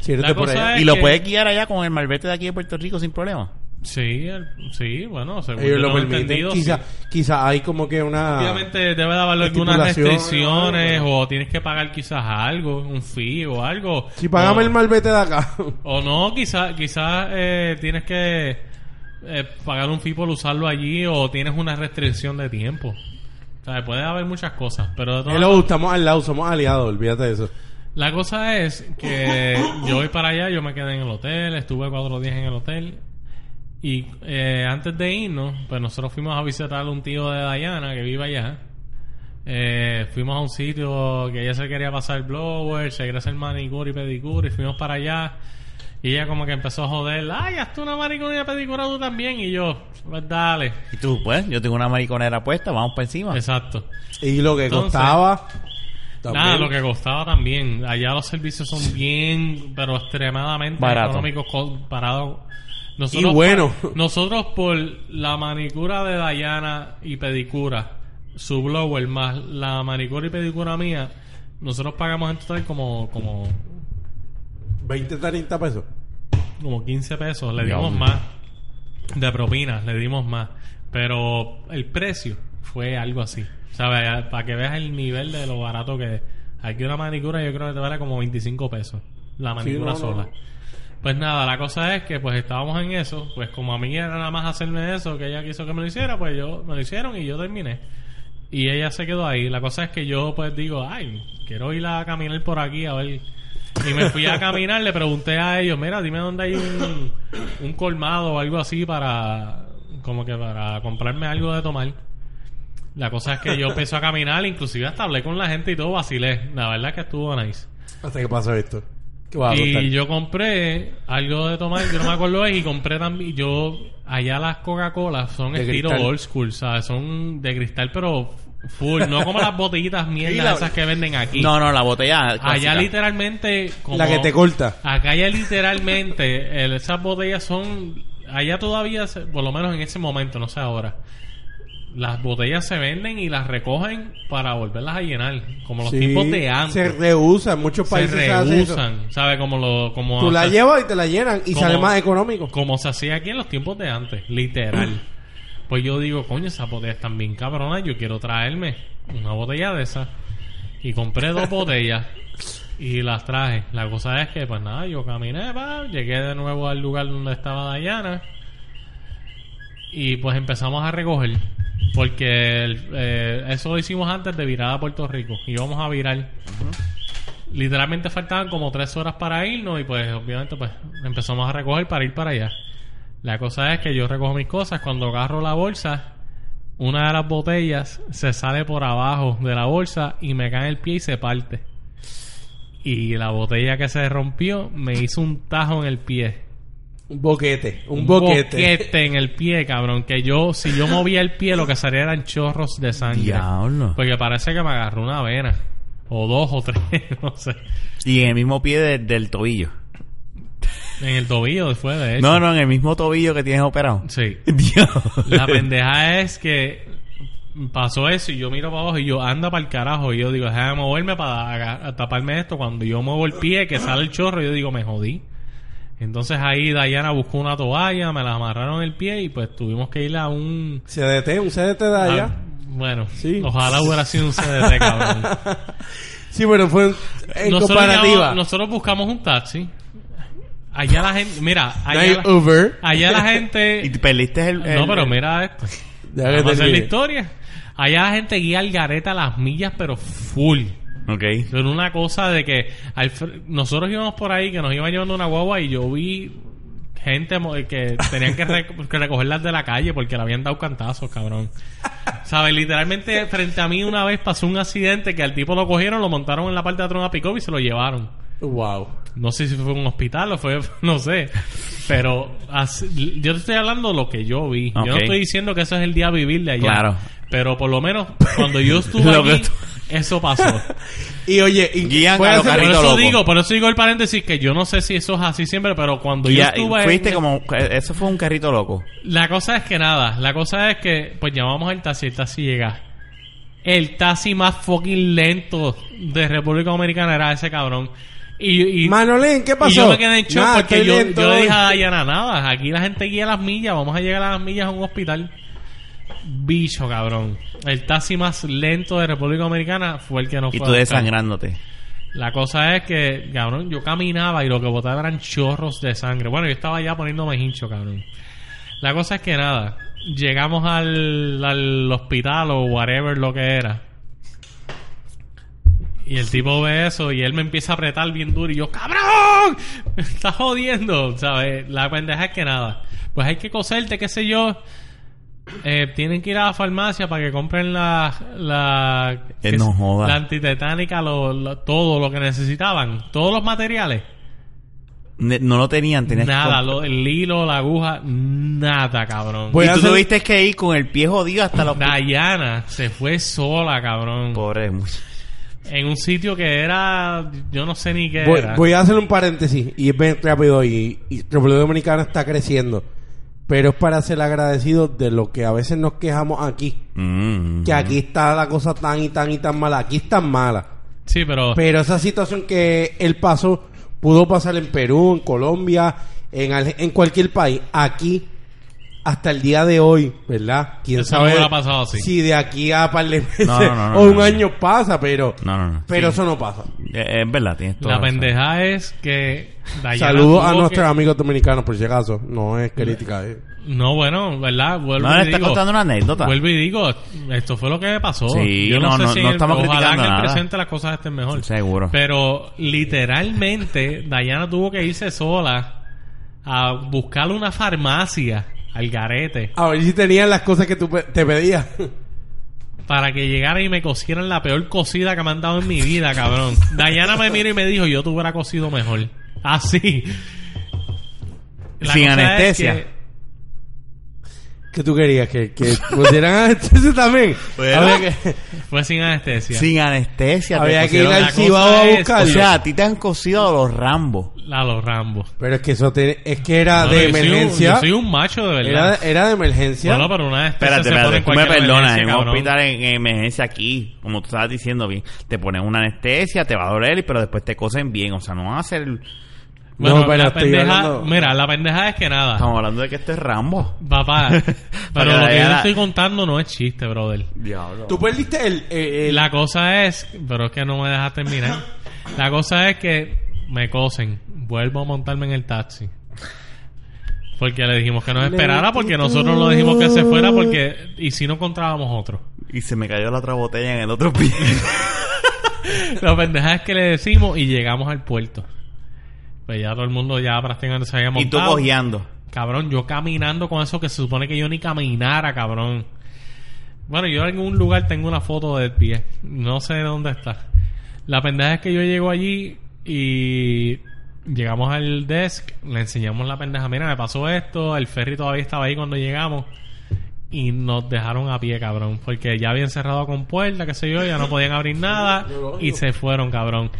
C: Si eres
B: La
C: de por
B: cosa
C: allá.
B: es-
D: Y lo
B: que-
D: puedes guiar allá con el malvete de aquí de Puerto Rico sin problema.
B: Sí, el- sí, bueno, según
C: Ellos
B: yo
C: lo
B: tengo
C: permiten.
B: entendido,
C: Quizá,
B: sí.
C: quizá hay como que una...
B: Obviamente debe de haber algunas
C: Estipulaciones,
B: restricciones
C: algo,
B: o tienes que pagar quizás algo, un fee o algo.
C: Si pagame
B: O-
C: el malvete de acá.
B: O no, quizás quizás eh, tienes que eh, pagar un fee por usarlo allí o tienes una restricción de tiempo. O sea, puede haber muchas cosas, pero de todas
C: Hello, estamos al lado, somos aliados, olvídate de eso.
B: la cosa es que yo voy para allá, yo me quedé en el hotel, estuve cuatro días en el hotel. Y eh, antes de irnos, pues nosotros fuimos a visitar a un tío de Dayana que vive allá. Eh, fuimos a un sitio que ella se quería pasar el blower, se quería hacer manicure y pedicure, y fuimos para allá. Y ella como que empezó a joder, ay, hazte una manicure y una pedicura tú también. Y yo, pues dale.
D: Y tú, pues, yo tengo una mariconera puesta, vamos para
A: Ah.
D: encima.
B: Exacto.
C: Y lo que
B: Entonces,
C: costaba. también.
B: Nada, lo que costaba también. Allá los servicios son bien, pero extremadamente
D: Barato.
B: económicos comparados.
C: Y bueno.
B: nosotros por la manicura de Dayana y pedicura, su blower más la manicura y pedicura mía, nosotros pagamos en total como como
C: 20, 30 pesos.
B: como 15 pesos, le
D: Diablo.
B: dimos más de propinas, le dimos más, pero el precio fue algo así. ¿Sabes? Para que veas el nivel de lo barato que es. Aquí una manicura yo creo que te vale como 25 pesos, la manicura
C: no, no.
B: sola. Pues nada, la cosa es que pues estábamos en eso, pues como a mí era nada más hacerme eso, que ella quiso que me lo hiciera, pues yo me lo hicieron y yo terminé. Y ella se quedó ahí. La cosa es que yo pues digo, ay, quiero ir a caminar por aquí a ver. Y me fui a caminar, le pregunté a ellos, mira, dime dónde hay un, un colmado o algo así para, como que para comprarme algo de tomar. La cosa es que yo empecé a caminar, inclusive hasta hablé con la gente y todo, vacilé. La verdad es que estuvo nice.
C: Hasta que pasó esto. ¿Qué vas a contar?
B: Y yo compré algo de tomar, yo no me acuerdo es, y compré también, yo, allá las Coca-Cola son
C: De
B: estilo
C: cristal.
B: old school, ¿sabes? Son de cristal, pero full, no como las botellitas
D: Y
B: mierdas
D: la-
B: esas que venden aquí.
D: No, no, la botella.
B: allá
D: clásica.
B: literalmente, como...
C: La que te corta.
B: Acá allá literalmente, el- esas botellas son, allá todavía, se- por lo menos en ese momento, no sé ahora. Las botellas se venden y las recogen para volverlas a llenar, como los
C: Sí,
B: tipos de antes.
C: Se reusan, muchos
B: se
C: países se hacen eso.
B: rehusan, ¿sabes? Como lo, como
C: Tú la
B: hasta-
C: llevas y te la llenan y
B: como-
C: sale más económico.
B: Como se hacía aquí en los tiempos de antes, literal. Pues yo digo, coño, esas botellas están bien cabronas, yo quiero traerme una botella de esas. Y compré dos botellas y las traje. La cosa es que, pues nada, yo caminé, pa, llegué de nuevo al lugar donde estaba Dayana. Y pues empezamos a recoger. Porque el- eh, eso lo hicimos antes de virar a Puerto Rico. Íbamos a virar. Literalmente faltaban como tres horas para irnos y pues obviamente pues empezamos a recoger para ir para allá. La cosa es que yo recojo mis cosas, cuando agarro la bolsa, una de las botellas se sale por abajo de la bolsa y me cae en el pie y se parte. Y la botella que se rompió me hizo un tajo en el pie.
C: Un boquete, un boquete.
B: boquete en el pie, cabrón. Que yo, si yo movía el pie, lo que salía eran chorros de sangre.
D: Diablo.
B: Porque parece que me agarró una vena. O dos o tres, no sé.
D: Y en el mismo pie de- del tobillo.
B: En el tobillo fue, de hecho.
D: No, no, en el mismo tobillo que tienes operado.
B: Sí.
D: Dios.
B: La pendeja es que pasó eso y yo miro para abajo y yo anda para el carajo. Y yo digo, déjame moverme para aga- taparme esto. Cuando yo muevo el pie, que sale el chorro, yo digo, me jodí. Entonces ahí Dayana buscó una toalla, me la amarraron el pie y pues tuvimos que ir a un...
C: CDT, un CDT de
B: a-
C: allá.
B: bueno,
C: Sí.
B: ojalá hubiera sido un CDT, cabrón.
C: Sí, pero fue en- en comparativa.
B: llamamos- nosotros buscamos un taxi. Allá la gente... Mira,
C: No
B: allá, Ah.
C: hay
B: la,
C: Uber.
B: allá la gente...
D: Y te perdiste el.
B: No,
D: el-
B: pero mira esto.
C: Eh, Ya
B: Vamos a
C: que
B: hacer la
C: termine.
B: historia. Allá la gente guía al gareta las millas, pero full.
D: Ok.
B: Era una cosa de que al fr- nosotros íbamos por ahí, que nos iba llevando una guagua y yo vi gente mo- eh, que tenían que, reco- que recogerlas de la calle porque le habían dado cantazos, cabrón. ¿Sabes? Literalmente frente a mí una vez pasó un accidente que al tipo lo cogieron, lo montaron en la parte de atrás de una pick y se lo llevaron.
C: Wow.
B: No sé si fue un hospital o fue, no sé. Pero así- yo te estoy hablando de lo que yo vi. Yo no
D: Ok.
B: estoy diciendo que eso es el día a vivir de allá.
D: Claro.
B: Pero por lo menos cuando yo estuve
D: Lo que
B: allí,
D: tú-
B: eso pasó.
C: Y oye, y
D: Guían
C: fue
D: a los
C: hace-
B: por
D: Carrito
B: eso
D: loco.
B: digo, por eso digo el paréntesis que yo no sé si eso es así siempre, pero cuando
D: Y
B: yo
D: ya-
B: estuve en-
D: fuiste como. Eso fue un carrito loco.
B: la cosa es que nada, la cosa es que pues llamamos al taxi, el taxi llega. El taxi más fucking lento de República Dominicana era ese cabrón. Y, y
C: Manolín, ¿qué pasó?
B: Y yo me quedé en shock
C: Nada,
B: porque
C: estoy
B: yo,
C: lento
B: yo le
C: hoy.
B: dije a Dayana, nada, aquí la gente guía las millas, vamos a llegar a las millas a un hospital. Bicho, cabrón. El taxi más lento de República Dominicana fue el que nos
D: Y
B: fue
D: tú
B: a buscar.
D: desangrándote.
B: La cosa es que, cabrón, yo caminaba y lo que botaba eran chorros de sangre. Bueno, yo estaba ya poniéndome hincho, cabrón. La cosa es que nada, llegamos al, al hospital o whatever lo que era. Y el tipo ve eso y él me empieza a apretar bien duro y yo, ¡cabrón! Me está jodiendo, ¿sabes? La pendeja es que nada. Pues hay que coserte, qué sé yo. Eh, tienen que ir a la farmacia para que compren la... la
D: Eh,
B: que
D: no
B: es-
D: joda.
B: La antitetánica, lo- lo- todo lo que necesitaban. Todos los materiales.
D: Ne- No lo tenían, tenías que
B: Nada,
D: comp-
B: lo- el hilo, la aguja, nada, cabrón.
C: Voy
D: Y
C: a
D: tú
C: hacer-
D: tuviste que ir con el pie jodido hasta los.
B: Dayana se fue sola, cabrón.
C: Oh.
D: Pobre muchacho.
B: En un sitio que era... Yo no sé ni qué
C: Voy,
B: era.
C: voy a hacer un paréntesis y es bien rápido y, y República Dominicana está creciendo. Pero es para ser agradecido de lo que a veces nos quejamos aquí.
D: Mm.
C: Que aquí está la cosa tan y tan y tan mala. Aquí está mala.
B: Sí, pero...
C: Pero esa situación que él pasó pudo pasar en Perú, en Colombia, en, Arge- en cualquier país. Aquí hasta el día de hoy, ¿verdad? ¿Quién
B: Eso no hubiera pasado así.
C: si de aquí a par de meses
A: No, no, no, no,
C: o un
A: no.
C: año pasa, pero
A: No, no, no.
C: pero eso no pasa.
A: Eh, es verdad, tienes toda
B: La
A: razón.
B: pendeja es que. Dayana tuvo
C: Saludos a
B: que-
C: nuestros amigos dominicanos, por si acaso. No es crítica. eh.
B: No, bueno, ¿verdad? Vuelvo
A: No,
B: y
A: le está
B: digo-
A: contando una anécdota.
B: Vuelvo y digo, esto fue lo que me pasó.
A: Sí,
B: Yo
A: no,
B: no, sé
A: no-
B: si
A: no
B: en-
A: estamos
B: ojalá
A: criticando
B: que en el
A: nada.
B: presente las cosas estén mejor.
A: Seguro.
B: Pero literalmente Dayana tuvo que irse sola a buscar una farmacia al garete
C: A ver si tenían las cosas que tú pe- te pedías.
B: para que llegara y me cosieran la peor cocida que me han dado en mi vida, cabrón. Dayana me miró y me dijo, yo te hubiera cocido mejor. Así.
A: Sin
B: cosa es
A: anestesia.
B: que-
C: ¿Qué tú querías? ¿Que, que pusieran anestesia también?
A: Bueno.
C: Había que,
B: Fue sin anestesia.
A: Sin anestesia. te
C: había que ir
A: pusieron
C: al
B: la cosa
C: Cibao a
B: es-
A: O
C: buscarlo.
A: sea, a ti te han cosido los Rambo.
B: A los Rambos.
C: pero es que eso te- es que era
B: No,
C: de
B: yo soy un-
C: emergencia.
B: yo soy un macho, de
C: era,
B: verdad.
C: era de emergencia.
B: Bueno, pero una anestesia
A: Espérate,
B: se pone
A: espérate,
B: en
A: tú me
B: cualquier
A: perdonas,
B: emergencia,
A: en un
B: cabrón.
A: hospital en, en emergencia aquí, como tú estabas diciendo bien, te ponen una anestesia, te va a doler, pero después te cosen bien, o sea, no va a ser...
B: Bueno,
C: No, pero
B: la
C: estoy
B: pendeja,
C: hablando-
B: mira, la pendeja es que nada.
A: Estamos hablando de que esto es Rambo.
B: Papá,
A: Para
B: pero
A: que
B: lo
A: la
B: que yo
A: Diana-
B: te estoy contando no es chiste, brother.
A: Diablo.
C: Tú perdiste el... eh, el-
B: La cosa es, pero es que no me dejas terminar. La cosa es que me cosen, vuelvo a montarme en el taxi. Porque le dijimos que nos esperara, porque nosotros lo dijimos que se fuera, porque y si no encontrábamos otro.
A: Y se me cayó la otra botella en el otro pie.
B: La pendeja es que le decimos y llegamos al puerto. Pues ya todo el mundo ya prácticamente se había
A: y tú
B: montado.
A: cojeando.
B: Cabrón, yo caminando con eso que se supone que yo ni caminara, cabrón. Bueno, yo en algún lugar tengo una foto del pie. No sé dónde está. La pendeja es que yo llego allí y llegamos al desk, le enseñamos la pendeja. Mira, me pasó esto, el ferry todavía estaba ahí cuando llegamos. Y nos dejaron a pie, cabrón. Porque ya habían cerrado con puerta, qué sé yo, ya no podían abrir nada. Y se fueron, cabrón.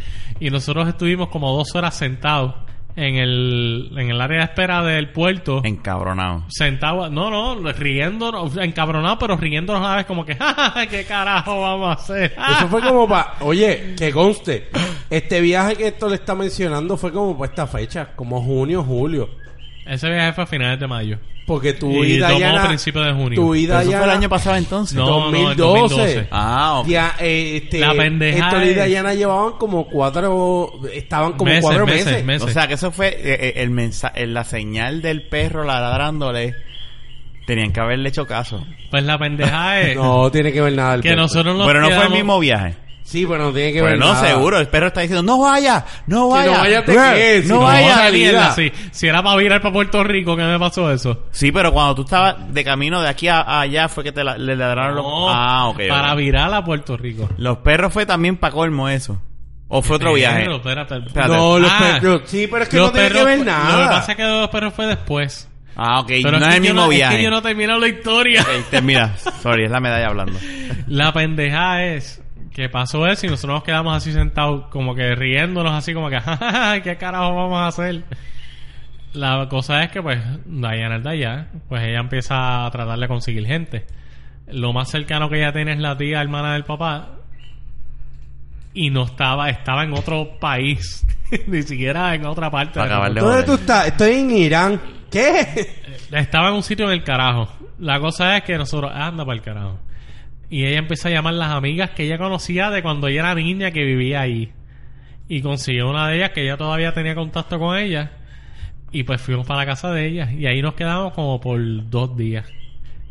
B: Y nosotros estuvimos como dos horas sentados en el, en el área de espera del puerto.
A: Encabronado.
B: Sentados, no, no, riéndonos, encabronados, pero riéndonos a la vez como que, "Ja, ja, ja, ¿qué carajo vamos a hacer?
C: Eso fue como para... Oye, que conste. Este viaje que esto le está mencionando fue como para esta fecha. Como junio, julio.
B: Ese viaje fue a finales de mayo.
C: Porque tú
B: Y
C: y,
B: tomó
C: Dayana...
B: principio de junio.
C: Tú y
A: Pero eso fue el
C: Dayana-
A: año pasado entonces.
B: No, no, en
C: 2012.
B: 2012.
A: Ah, ok.
C: Ya, eh, este,
B: La pendeja
C: Héctor y
B: es-
C: Dayana llevaban como cuatro, estaban como
B: Meses,
C: cuatro
B: meses,
C: meses.
A: O
B: meses.
A: sea, que eso fue eh, eh, el mensa- eh, la señal del perro ladrándole. Tenían que haberle hecho caso.
B: Pues la pendeja es
C: No tiene que ver nada. el
B: que
C: perro.
B: nosotros nos
A: Pero no fue el
B: quedamos-
A: mismo viaje.
C: Sí, pero no tiene que
A: Pero
C: ver
A: Pues no,
C: nada.
A: seguro. El perro está diciendo, no vaya, no vaya.
C: no vaya, te
A: Girl,
C: quedes,
A: no
C: si no
A: vaya.
B: Otra
C: la vida.
B: mierda, sí. Si era para virar para Puerto Rico, ¿qué me pasó eso?
A: Sí, pero cuando tú estabas de camino de aquí a, a allá fue que te la- le ladraron los...
B: No,
A: Ah, ok.
B: para
A: ok.
B: virar a Puerto Rico.
A: Los perros fue también para colmo eso. O fue otro viaje.
B: Pero, espérate.
A: Espérate.
C: No, los
B: Ah,
C: perros. Sí, pero es que
B: Los
C: no tiene que
B: perros-
C: ver
B: Lo que
C: nada.
B: pasa es que los perros fue después.
A: Ah, ok.
B: Pero
A: no es
B: que
A: el
B: yo
A: mismo
B: no-
A: viaje.
B: Es que yo no termino la historia.
A: Ok, termina. Sorry, es la medalla hablando.
B: La pendeja es que pasó eso y nosotros nos quedamos así sentados, como que riéndonos, así como que, "Ja, ja, ja, ¿qué carajo vamos a hacer? La cosa es que, pues, Diana es de allá, pues ella empieza a tratar de conseguir gente. Lo más cercano que ella tiene es la tía hermana del papá. Y no estaba, estaba en otro país. Ni siquiera en otra parte.
A: Para
B: de
A: acabar de
C: ¿Dónde
A: joder.
C: tú estás? Estoy en Irán. ¿Qué?
B: estaba en un sitio en el carajo. La cosa es que nosotros, "Ah, anda para el carajo. Y ella empieza a llamar las amigas que ella conocía de cuando ella era niña que vivía ahí. Y consiguió una de ellas que ella todavía tenía contacto con ella. Y pues fuimos para la casa de ella. Y ahí nos quedamos como por dos días.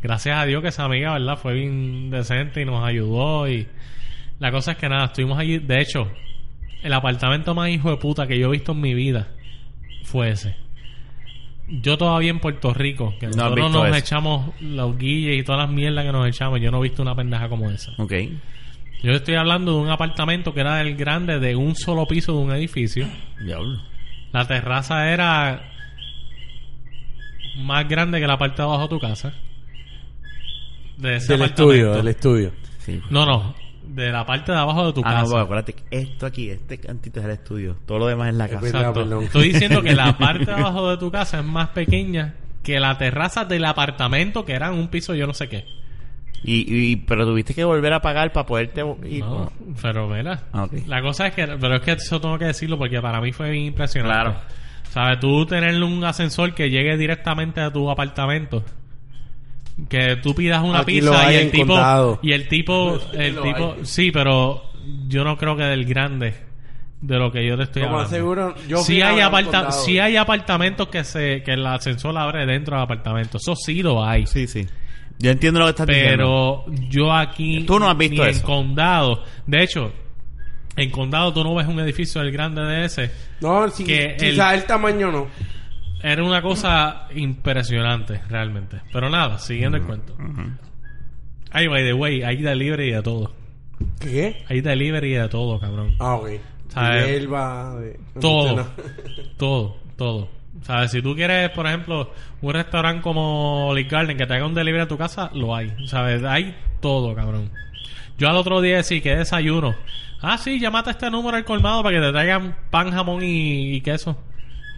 B: Gracias a Dios que esa amiga, ¿verdad? Fue bien decente y nos ayudó. Y la cosa es que nada, estuvimos allí. De hecho, el apartamento más hijo de puta que yo he visto en mi vida fue ese. Yo todavía en Puerto Rico, que
A: No has
B: nosotros
A: visto
B: nos
A: eso.
B: echamos los guilles y todas las mierdas que nos echamos, yo no he visto una pendeja como esa.
A: Ok.
B: Yo estoy hablando de un apartamento que era el grande de un solo piso de un edificio.
A: Diablo.
B: La terraza era más grande que la parte de abajo de tu casa. De ese
C: Del
B: apartamento.
C: estudio, del estudio.
A: Sí.
B: No, no, de la parte de abajo de tu
A: Ah, no,
C: pues,
B: casa.
A: porque acuérdate que esto aquí, este cantito es el estudio. Todo lo demás es la casa.
C: verdad.
B: Exacto.
C: perdón.
B: Estoy diciendo que la parte de abajo de tu casa es más pequeña que la terraza del apartamento que era en un piso yo no sé qué.
A: Y, y- pero tuviste que volver a pagar para poderte ir.
B: No, pero mira,
A: Ah, ok.
B: la cosa es que, pero es que eso tengo que decirlo porque para mí fue bien impresionante.
A: Claro.
B: ¿Sabes? Tú tener un ascensor que llegue directamente a tu apartamento que tú pidas una
C: Aquí lo
B: pizza
C: hay
B: y el
C: en
B: tipo
C: condado.
B: y el tipo el
C: Lo
B: tipo
C: hay.
B: sí, pero yo no creo que del grande de lo que yo te estoy
C: Lo más
B: hablando.
C: seguro, yo
B: sí
C: fui a
B: hay
C: un
B: aparta-
C: condado.
B: sí hay apartamentos que se que el ascensor la abre dentro del apartamento. Eso sí lo hay.
D: Sí, sí. Yo entiendo lo que estás diciendo.
B: Pero yo aquí.
D: Tú no has visto
B: ni
D: eso.
B: En condado. De hecho, en condado tú no ves un edificio del grande de ese.
C: No, si,
B: que
C: quizás
B: el-
C: el tamaño no.
B: Era una cosa impresionante, realmente. Pero nada, siguiendo el cuento. Ay, by the way, hay delivery de todo.
C: ¿Qué?
B: Hay delivery de todo, cabrón.
C: Ah, ok.
B: ¿Sabes?
C: De Elba, de...
B: Todo.
C: no.
B: Todo, todo. ¿Sabes? Si tú quieres, por ejemplo, un restaurante como Olive Garden que te haga un delivery a tu casa, lo hay. ¿Sabes? Hay todo, cabrón. Yo al otro día sí que desayuno. Ah, sí, llámate a este número al colmado para que te traigan pan, jamón y, y queso.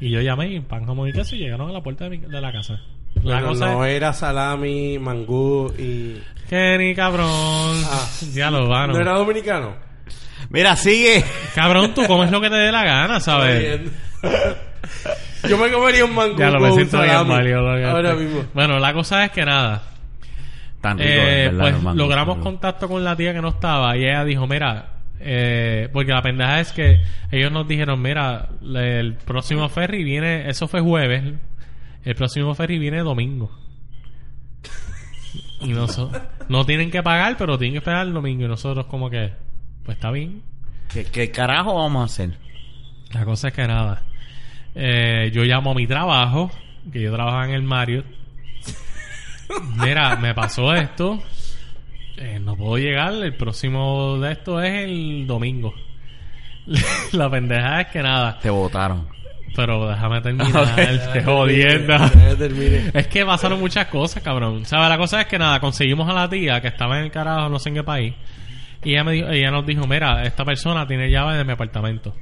B: Y yo llamé y pan, jamón y queso y llegaron a la puerta de, mi- de la casa. La
C: Pero
B: cosa
C: no
B: es
C: era salami, mangú y...
B: que ni cabrón.
C: Ah.
B: ya lo van.
C: ¿No era dominicano?
D: Mira, sigue.
B: Cabrón, tú comes lo que te dé la gana, ¿sabes?
C: Bien. yo me comería un mangú
B: Ya lo
C: con
B: me
C: un
B: siento bien
C: salami
B: mal, yo lo-
C: Ahora mismo.
B: Bueno, la cosa es que nada.
D: Tan rico,
B: Eh,
D: en verdad,
B: pues
D: los mangos,
B: logramos
D: pero-
B: contacto con la tía que no estaba y ella dijo, mira, eh, porque la pendeja es que ellos nos dijeron, mira, le- el próximo ferry viene, eso fue jueves, el próximo ferry viene domingo. Y nosotros, no tienen que pagar, pero tienen que esperar el domingo y nosotros como que, pues está bien.
D: ¿Qué, qué carajo vamos a hacer?
B: La cosa es que nada. eh, yo llamo a mi trabajo, que yo trabajaba en el Marriott. Mira, me pasó esto. eh, no puedo llegar. El próximo de esto es el domingo. La pendeja es que nada.
D: Te votaron.
B: Pero déjame terminar. Te jodiendo. Es que pasaron muchas cosas, cabrón. ¿Sabes? La cosa es que nada, conseguimos a la tía que estaba en el carajo, no sé en qué país. Y ella, me dijo- ella nos dijo, mira, esta persona tiene llave de mi apartamento.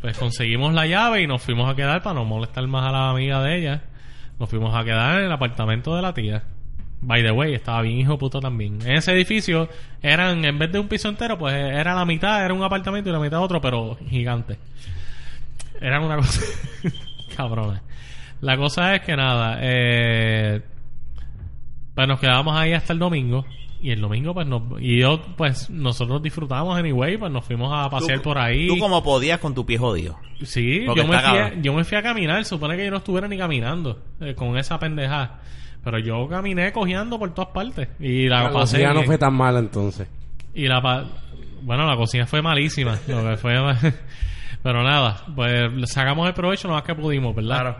B: Pues conseguimos la llave y nos fuimos a quedar para no molestar más a la amiga de ella. Nos fuimos a quedar en el apartamento de la tía. By the way, estaba bien hijo de puta también. En ese edificio eran, en vez de un piso entero, pues era la mitad, era un apartamento y la mitad otro, pero gigante. Eran una cosa. Cabrones. La cosa es que nada. Eh, pues nos quedábamos ahí hasta el domingo. Y el domingo, pues nos. Y yo, pues nosotros disfrutamos anyway, pues nos fuimos a pasear
D: Tú-
B: por ahí.
D: Tú como podías con tu pie jodido.
B: Sí,
D: Porque
B: yo me,
D: está
B: fui a,
D: cabrón.
B: yo me fui a caminar. Supone que yo no estuviera ni caminando eh, con esa pendejada. Pero yo caminé cojeando por todas partes. Y la
C: La
B: pasé.
C: cocina no
B: bien.
C: fue tan mala entonces.
B: Y la pa- bueno, la cocina fue malísima, lo que fue pero nada, pues le sacamos el provecho lo más que pudimos, ¿verdad?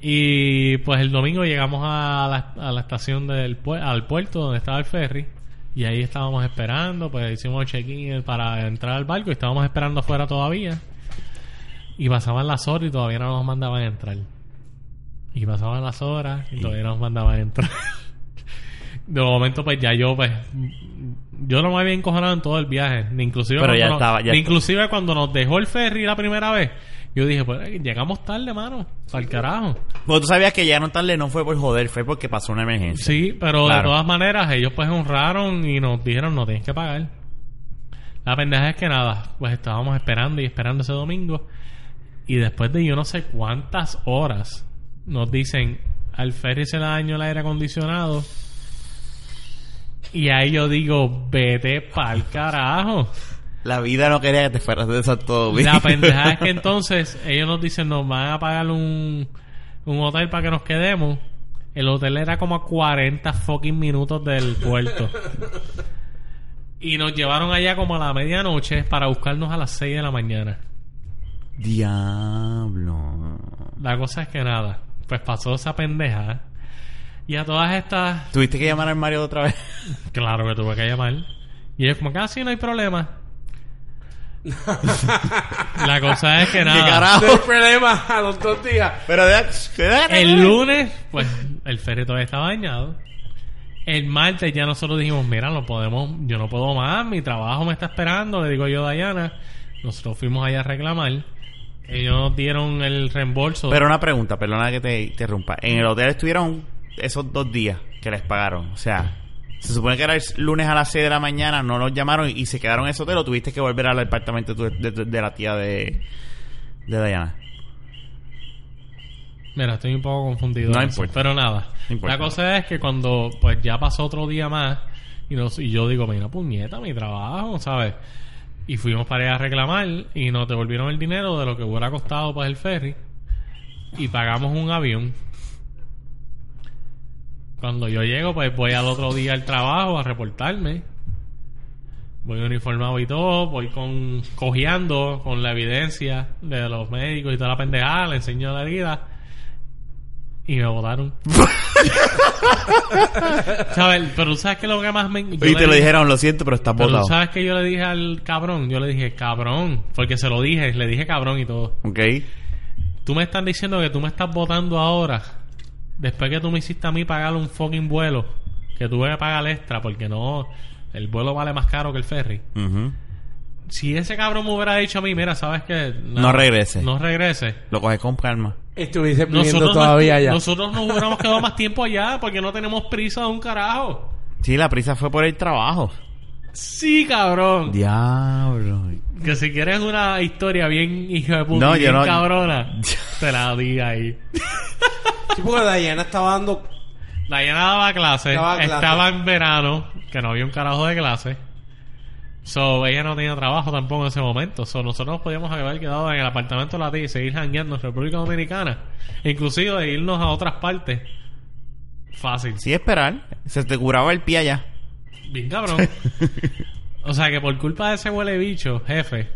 B: Y pues el domingo llegamos a la, a la estación del pue- al puerto donde estaba el ferry y ahí estábamos esperando, pues hicimos el check-in para entrar al barco y estábamos esperando afuera todavía. Y pasaban las horas y todavía no nos mandaban a entrar. Y pasaban las horas y todavía no nos mandaban a entrar. De momento, pues ya yo, pues. Yo no me había encojonado en todo el viaje. Ni inclusive,
D: Pero
B: cuando
D: ya
B: nos-
D: estaba, ya estaba.
B: ni inclusive cuando nos dejó el ferry la primera vez. Yo dije, pues eh, llegamos tarde, mano. Al carajo.
D: Porque tú sabías que ya no tarde no fue por joder, fue porque pasó una emergencia.
B: Sí, pero de
D: Claro.
B: todas maneras, ellos pues honraron y nos dijeron, no tienes que pagar. La pendeja es que nada, pues estábamos esperando y esperando ese domingo. Y después de yo no sé cuántas horas, nos dicen, al ferry se le dañó el aire acondicionado. Y ahí yo digo, vete pa'l carajo.
D: La vida no quería que te fueras de esa todo bien.
B: La pendeja es que entonces ellos nos dicen, nos van a pagar un, un hotel para que nos quedemos. El hotel era como a 40 fucking minutos del puerto. Y nos llevaron allá como a la medianoche para buscarnos a las 6 de la mañana.
D: Diablo.
B: La cosa es que nada, pues pasó esa pendeja. Y a todas estas
D: ¿Tuviste que llamar al Mario otra vez?
B: Claro que tuve que llamar. Y ellos como casi no hay problema. la cosa es que
D: ¿Qué
B: nada.
D: carajo?
C: No hay problema a los dos días.
D: Pero de, de- de-
B: El lunes, pues el ferry todavía está bañado. El martes ya nosotros dijimos, mira, no podemos, yo no puedo más, mi trabajo me está esperando, le digo yo a Dayana. Nosotros fuimos allá a reclamar. Ellos nos dieron el reembolso.
D: Pero una pregunta, perdona que te interrumpa. En el hotel estuvieron esos dos días que les pagaron. O sea, se supone que era el lunes a las 6 de la mañana, no los llamaron y se quedaron en ese hotel o tuviste que volver al apartamento tu- de, de- de la tía de, de Diana.
B: Mira, estoy un poco confundido.
A: No
B: en eso,
A: importa.
B: Pero nada.
A: No importa.
B: La cosa es que cuando pues ya pasó otro día más y, nos, y yo digo, mira, puñeta, mi trabajo, ¿sabes? Y fuimos para allá a reclamar y nos devolvieron el dinero de lo que hubiera costado pues el ferry y pagamos un avión. Cuando yo llego, pues voy al otro día al trabajo a reportarme. Voy uniformado y todo, voy con cojeando con la evidencia de los médicos y toda la pendejada, le enseño la herida y me votaron. ¿Sabes? Pero ¿sabes qué es lo que más me... yo
A: Y
B: le
A: te lo
B: dije-
A: dijeron, lo siento, pero estás
B: Pero
A: botado.
B: ¿sabes qué yo le dije al cabrón? Yo le dije, cabrón, porque se lo dije, le dije cabrón y todo.
A: Ok.
B: Tú me estás diciendo que tú me estás votando ahora. Después que tú me hiciste a mí pagar un fucking vuelo. Que tuve que pagar extra porque no. El vuelo vale más caro que el ferry.
A: Ujú.
B: Si ese cabrón me hubiera dicho a mí, mira, sabes que.
A: No, regrese.
B: No regrese.
A: Lo coges con calma.
C: Estuviese pidiendo
B: Nosotros,
C: todavía
B: nos,
C: ya.
B: nosotros nos hubiéramos quedado más tiempo allá porque no tenemos prisa de un carajo.
A: Sí, la prisa fue por el trabajo.
B: Sí, cabrón.
A: Diablo.
B: Que si quieres una historia bien hijo de puta,
A: No,
B: y
A: yo
B: bien
A: no-
B: cabrona, te la di ahí.
C: Sí, porque Dayana estaba dando
B: Dayana daba clases,
C: Daba clases.
B: estaba en verano, que no había un carajo de clase. So, ella no tenía trabajo tampoco en ese momento. So, nosotros nos podíamos haber quedado en el apartamento de la tía y seguir jangueando en República Dominicana. Inclusive irnos a otras partes. Fácil.
A: Sí, esperar. Se te curaba el pie allá.
B: Bien cabrón. o sea que por culpa de ese huele bicho, jefe,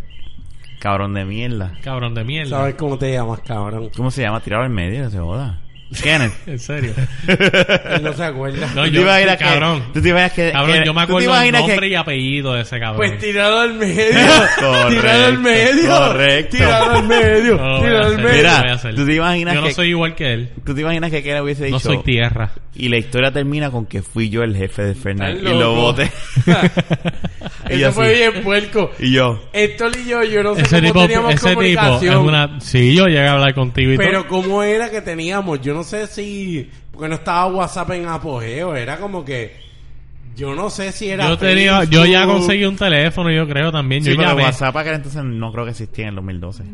A: Cabrón de mierda.
B: cabrón de mierda.
C: ¿Sabes cómo te llamas, cabrón?
A: ¿Cómo se llama? Tirado al medio, que se joda. Kenneth.
B: En serio.
C: Él no se acuerda.
B: No,
A: ¿Tú
B: yo,
A: te imaginas que-
B: cabrón.
A: ¿Tú te imaginas que...
B: Cabrón,
A: que-
B: yo
A: ¿tú
B: me
A: te
B: acuerdo el
A: imaginas
B: nombre
A: que-
B: y apellido de ese cabrón.
C: Pues tirado al medio.
A: Correcto,
C: tirado al medio.
A: correcto.
C: Tirado al medio.
B: No lo voy a
C: tirado al
B: hacer, no
C: medio.
B: lo
A: Mira,
B: voy a hacer.
A: ¿tú te imaginas
B: Yo no
A: que-
B: soy igual que él.
A: ¿Tú te imaginas que Kenneth hubiese dicho...
B: No soy tierra.
A: Y la historia termina con que fui yo el jefe de Fernández.
C: Estás
A: Y lo
C: loco.
A: boté. y
C: Eso
A: yo
C: fue
A: así.
C: bien puerco.
A: Y yo...
C: Héctor y yo, yo no sé
B: Ese
C: cómo
B: tipo,
C: teníamos
B: ese tipo es
C: comunicación.
B: una... Sí, yo llegué a hablar contigo y
C: Pero
B: todo.
C: cómo era que teníamos, yo no sé si porque no estaba WhatsApp en apogeo, era como que yo no sé si era
B: Yo, tenía, yo ya
C: Facebook.
B: conseguí un teléfono, yo creo también.
A: Sí,
B: yo
A: pero
B: llamé.
A: WhatsApp aquel entonces no creo que existía en el 2012.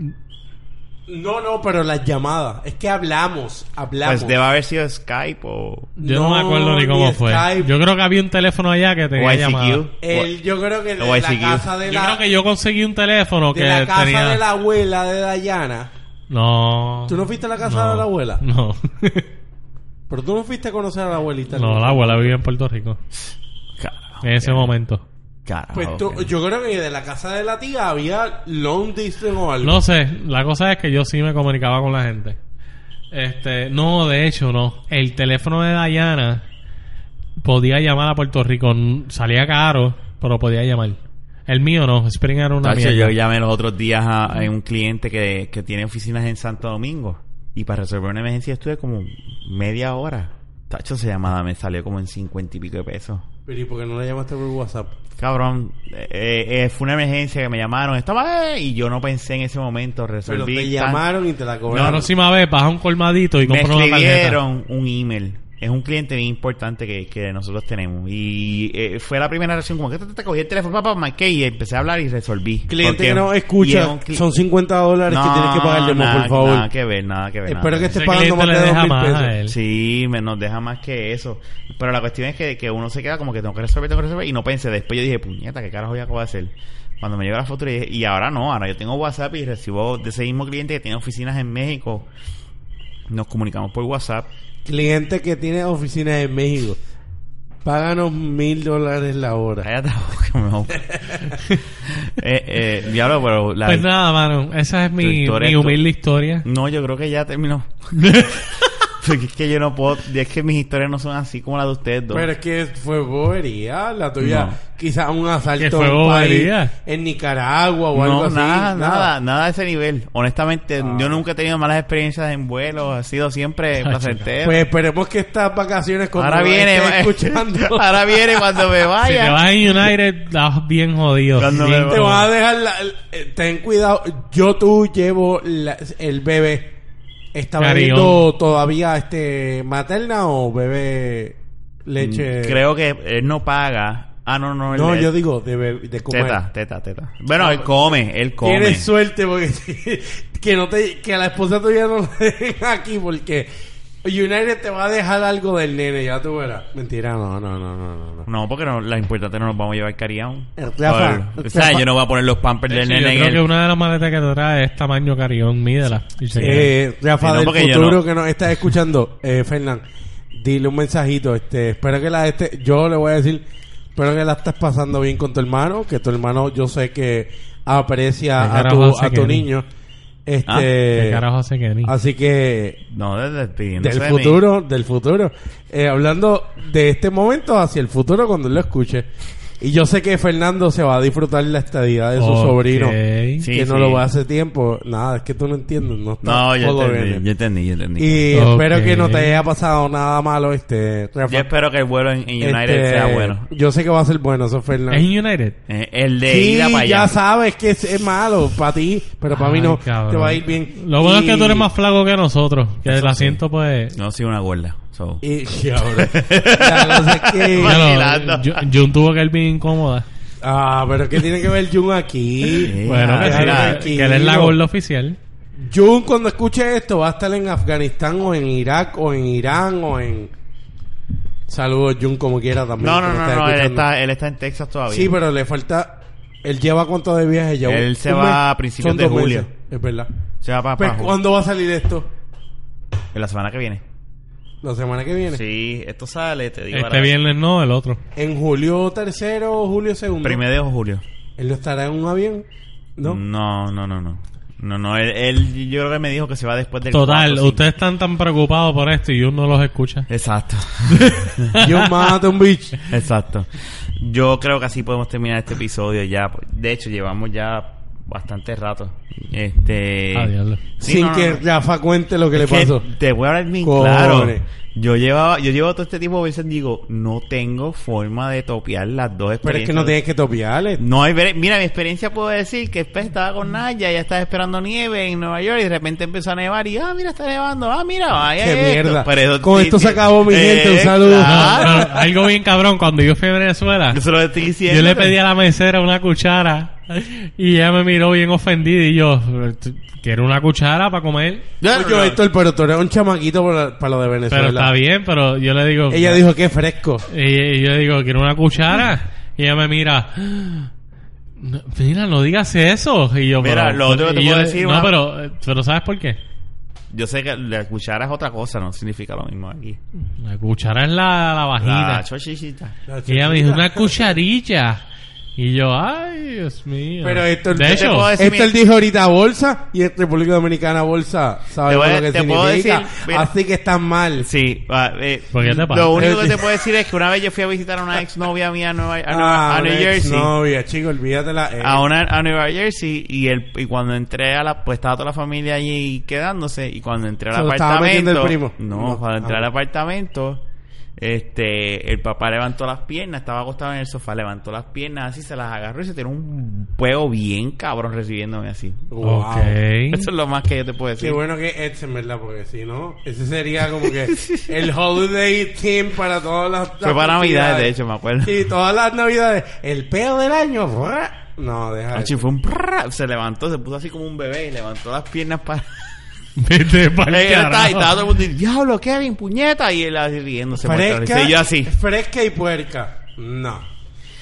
C: No, no, pero las llamadas, es que hablamos, hablamos.
A: Pues debe haber sido Skype o...
B: Yo no, me
C: No,
B: acuerdo ni cómo
C: ni
B: fue.
C: Skype.
B: Yo creo que había un teléfono allá que tenía
A: YCQ.
B: llamada.
C: El- yo creo que
A: O
C: de la
A: ICQ.
C: casa de
B: Yo
C: la
B: creo que yo conseguí un teléfono
C: de
B: que
C: la casa
B: tenía...
C: de la abuela de Dayana.
B: No.
C: ¿Tú no fuiste a la casa de la abuela?
B: No.
C: Pero tú no fuiste a conocer a la abuelita.
B: no, la abuela vivía en Puerto Rico.
A: Carajo,
B: En ese momento.
A: carajo,
B: Ah,
C: Pues tú-
A: Kenneth.
C: yo creo que de la casa de la tía había long distance o algo.
B: No sé, la cosa es que yo sí me comunicaba con la gente. Este, no, de hecho, no. El teléfono de Dayana podía llamar a Puerto Rico, N- salía caro, pero podía llamar. El mío no, Spring era una
A: Tacho,
B: mierda.
A: yo llamé los otros días a, a un cliente que, que tiene oficinas en Santo Domingo y para resolver una emergencia estuve como media hora. Tacho, esa llamada me salió como en cincuenta y pico de pesos.
C: Pero ¿y por qué no la llamaste por WhatsApp?
A: Cabrón, eh, eh, fue una emergencia que me llamaron, estaba eh, y yo no pensé en ese momento
C: Pero
A: resolví.
C: te
A: tan-
C: llamaron y te la
B: La
C: cobraron.
B: próxima vez vas a un colmadito y
A: me
B: compras una tarjeta.
A: escribieron un email. Es un cliente bien importante que, que nosotros tenemos. Y eh, fue la primera reacción como que te, te cogí el teléfono, papá, marqué y empecé a hablar y resolví.
C: Cliente
A: Porque-
C: que no
A: y
C: escucha,
A: era un cli-
C: son 50 dólares que tienes que pagarle,
A: nada,
C: mo, por favor.
A: Nada que ver, nada que ver.
C: Espero
A: nada
C: que
A: ver.
C: estés
B: Ese
C: pagando
B: cliente
C: más
B: le
C: de
B: deja
C: 2 mil
B: más eh. a
C: pesos.
B: él.
A: Sí, me- nos deja más que eso. Pero la cuestión es que, que uno se queda como que tengo que resolver, tengo que resolver. Y no pensé. Después yo dije, puñeta, ¿qué carajo voy a hacer? Cuando me llegó la foto, le dije, y ahora no, ahora yo tengo WhatsApp y recibo de ese mismo cliente que tiene oficinas en México. Nos comunicamos por WhatsApp.
C: Cliente que tiene oficinas en México. Páganos mil dólares la hora.
A: Cállate la boca, mejor. eh, eh, diablo, pero la-
B: Pues nada, mano, esa es mi,
A: Tu historia
B: mi
A: es tu-
B: humilde historia.
A: No, yo creo que ya terminó. Porque es que yo no puedo, es que mis historias no son así como las de ustedes dos.
C: Pero es que fue bobería la tuya.
A: No.
C: Quizás un asalto
B: ¿Qué fue
C: a un país
B: bobería?
C: en Nicaragua o algo
A: no,
C: así.
A: nada, nada, nada de ese nivel. Honestamente,
C: Ah.
A: yo nunca he tenido malas experiencias en vuelos. Ha sido siempre placentero.
C: Pues esperemos que estas vacaciones como
A: ahora
C: lo
A: viene,
C: estés escuchando
A: ahora viene cuando me
B: Si te
A: vaya.
B: vas en United, estás bien jodido.
A: Cuando
B: Bien
A: me
C: te vas a dejar la- eh, ten cuidado, yo tú llevo la- el bebé está
B: Carrión.
C: bebiendo todavía este materna o bebé leche.
A: Creo Mm, que él no paga Ah, no, no. el-
C: No,
A: el-
C: yo digo, de, be- de comer.
A: Teta, teta, teta. Bueno, él come, él come.
C: Tienes suerte porque que no te que a la esposa tuya no la dejen aquí porque United te va a dejar algo del nene, ya tú verás. Mentira, no, no, no, no, no, no.
A: No, porque no, la importante no nos vamos a llevar carión.
C: El Rafa,
A: O
C: el
A: sea,
C: Rafa.
A: yo no voy a poner los pampers
B: Sí,
A: del
B: yo
A: nene en
B: creo que
A: el...
B: una de las maletas que te trae es tamaño carión, mídela. Y se queda.
C: Eh,
A: Sí,
C: Rafa
A: no,
C: del
A: porque yo
C: futuro
A: no.
C: que nos estás escuchando, eh, Fernán, dile un mensajito, este, espero que la este, yo le voy a decir, espero que la estás pasando bien con tu hermano, que tu hermano yo sé que
B: ¿Qué
C: aprecia a
B: carajo
C: tu,
B: hace
C: a tu
B: Kenny?
C: niño.
A: Ah,
B: ¿Qué
C: Este,
B: carajo hace Kenny?
C: así que
A: No, desde despidiéndose
C: Del
A: de mí.
C: futuro, del futuro. Eh, hablando de este momento hacia el futuro cuando él lo escuche. Y yo sé que Fernando se va a disfrutar la estadía de su
B: Ok.
C: sobrino.
B: Sí,
A: Sí,
C: que no
A: sí.
C: lo va hace tiempo. Nada, es que tú no entiendes. No, está
A: No, yo
C: todo
A: entendí,
C: bien.
A: yo entendí, yo entendí.
C: Y
B: Ok.
C: espero que no te haya pasado nada malo este, Rafa.
A: Yo espero que el vuelo en, en United
C: Este,
A: sea bueno.
C: Yo sé que va a ser bueno eso, Fernando.
B: ¿Es en United?
A: Eh, el de
C: Sí,
A: ir a para allá.
C: ya sabes que es, es malo para ti, pero para mí
B: Ay,
C: no.
B: cabrón.
C: Te va a ir bien.
B: Lo bueno es que
C: Y-
B: tú eres más flaco que nosotros. Que el asiento, pues.
A: No, soy una gorda. So.
C: y- cabrón. La cosa es
B: Ya
C: que-
B: lo-
A: vacilando.
B: Jun- Jun tuvo que ir bien incómoda.
C: Ah, pero ¿qué tiene que ver Jun aquí?
A: Sí.
B: Bueno, que,
A: ya,
B: sí,
A: ya,
B: que- que él es la
C: tranquilo.
B: gorda oficial.
C: Jun cuando escuche esto va a estar en Afganistán o en Irak o en Irán o en... Saludos Jun como quiera también.
A: No,
C: que
A: no,
C: me
A: no,
C: está
A: no, él
C: escuchando.
A: está, él está en Texas todavía.
C: Sí, pero le falta... Él lleva cuánto de viaje ya.
A: Él
C: ¿Un-
A: se
C: un
A: va
C: mes?
A: a principios
C: Son
A: de
C: dos
A: julio.
C: meses, Es verdad.
A: Se va para,
C: Pues,
A: para
C: ¿Cuándo va a salir esto?
A: la semana que viene.
C: La semana que viene.
A: Sí, esto sale, te digo.
B: Este
A: ahora.
B: viernes no, el otro.
C: En julio tercero o julio segundo.
A: Primero de julio.
C: Él no estará en un avión. No.
A: No, no, no, no. No, no, él, él- yo creo que me dijo que se va después del
B: Total,
A: cuatro, sí.
B: ustedes están tan preocupados por esto y Jun no los escucha.
A: Exacto.
C: Jun mata un bitch.
A: Exacto. Yo creo que así podemos terminar este episodio ya. De hecho, llevamos ya bastante rato. Este
B: Ah, diablo.
A: Sí,
C: sin
A: no, no,
C: que
A: no.
C: Rafa cuente lo que le
A: Es que
C: pasó.
A: Te voy a hablar bien
C: Cojones.
A: claro. Yo llevaba, yo llevo todo este tiempo a veces digo, no tengo forma de topear las dos
C: Pero es que
A: experiencias.
C: no tienes que topiarle.
A: No hay ver- mira, mi experiencia puedo decir que después estaba con Naya, ya estaba esperando nieve en Nueva York y de repente empezó a nevar y, ah, mira, está nevando, ah, mira, vaya
C: ¡Qué
A: esto.
C: mierda!
A: Pero eso- Eh,
C: Con esto se acabó, mi gente, un saludo.
A: claro.
B: No, no, algo bien cabrón, cuando yo fui a Venezuela,
A: Ah. Yo se lo estoy diciendo.
B: yo le pedí a la mesera una cuchara y ella me miró bien ofendida y yo, "Tú- quiero una cuchara para comer.
A: No, no,
C: Oye,
A: no.
C: Héctor, pero tú eres un chamaquito para, para lo de Venezuela.
B: Pero está bien, pero yo le digo...
C: Ella dijo que fresco.
B: Y, y yo digo, quiero una cuchara. Y ella me mira, "Ah, no, mira, no digas eso. Y yo,
A: Mira,
B: pero-
A: lo otro que te
B: y
A: puedo
B: yo-
A: decir,
B: No,
A: una-
B: pero, pero ¿sabes por qué?
A: Yo sé que la cuchara es otra cosa, no significa lo mismo aquí. Ah,
B: La cuchara es la, la vagina.
A: La chochichita.
B: y ella me dijo, una cucharilla. Y yo, ay, Dios mío.
C: Pero Héctor,
B: de
C: yo
A: te
B: hecho,
A: puedo decir-
C: Héctor dijo ahorita bolsa y en República Dominicana bolsa. ¿Sabes
A: Te voy a-
C: lo que
A: te puedo
C: significa?
A: decir, mira.
C: Así que están mal.
A: Sí, va, eh,
B: ¿Por qué te pasa?
A: lo único que te puedo decir es que una vez yo fui a visitar a una exnovia mía a Nueva, a Nueva-
C: Ah,
A: a New
C: una
A: Jersey. Ah,
C: exnovia, chico, olvídatela. eh.
A: a una a Nueva Jersey y el y cuando entré a la pues estaba toda la familia allí quedándose y cuando entré al
C: Se lo estaba
A: apartamento
C: metiendo el primo.
A: no,
C: No.
A: cuando entré
C: Ah.
A: al apartamento este el papá levantó las piernas estaba acostado en el sofá levantó las piernas así se las agarró y se tiró un huevo bien cabrón recibiéndome así
C: Wow.
B: ok.
A: eso es lo más que yo te puedo decir
C: Qué bueno que es en verdad, porque si no, ese sería como que el holiday team para todas las.
A: fue para navidad
C: eh.
A: de hecho me acuerdo
C: Sí, todas las navidades. El pedo del año. ¡bra! No, deja.
A: Achi,
C: eso.
A: fue un prrrra, se levantó se puso así como un bebé y levantó las piernas para
B: Vete pa'l
A: Ella estaba- y
B: carajo.
A: estaba todo el mundo diablo Kevin puñeta y él así riéndose muerto de risa.
C: Fresca,
A: y yo así
C: Fresca y puerca. No.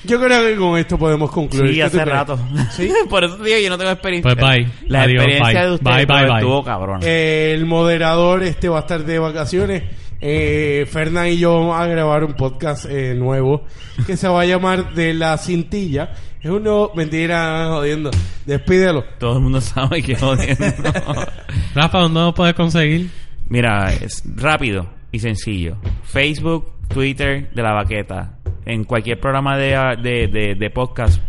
C: Yo creo que con esto podemos concluir.
A: Sí,
C: ¿Qué tú
A: hace
C: crees?
A: rato.
C: Sí.
A: Por eso te digo, yo no tengo experiencia.
B: Pues bye.
A: La
B: Adiós,
A: experiencia
B: bye.
A: de ustedes
B: Bye, bye,
A: pues,
B: bye.
A: estuvo cabrón.
C: Eh, el moderador este va a estar de vacaciones. Eh, Fernán y yo vamos a grabar un podcast eh, nuevo que se va a llamar De la Cintilla. Es un nuevo... Mentira, jodiendo. Despídelo.
A: Todo el mundo sabe que jodiendo.
B: Rafa, ¿dónde lo puedes conseguir?
A: Mira, es rápido y sencillo. Facebook, Twitter, de la baqueta. En cualquier programa de, ah, de, de, de podcast,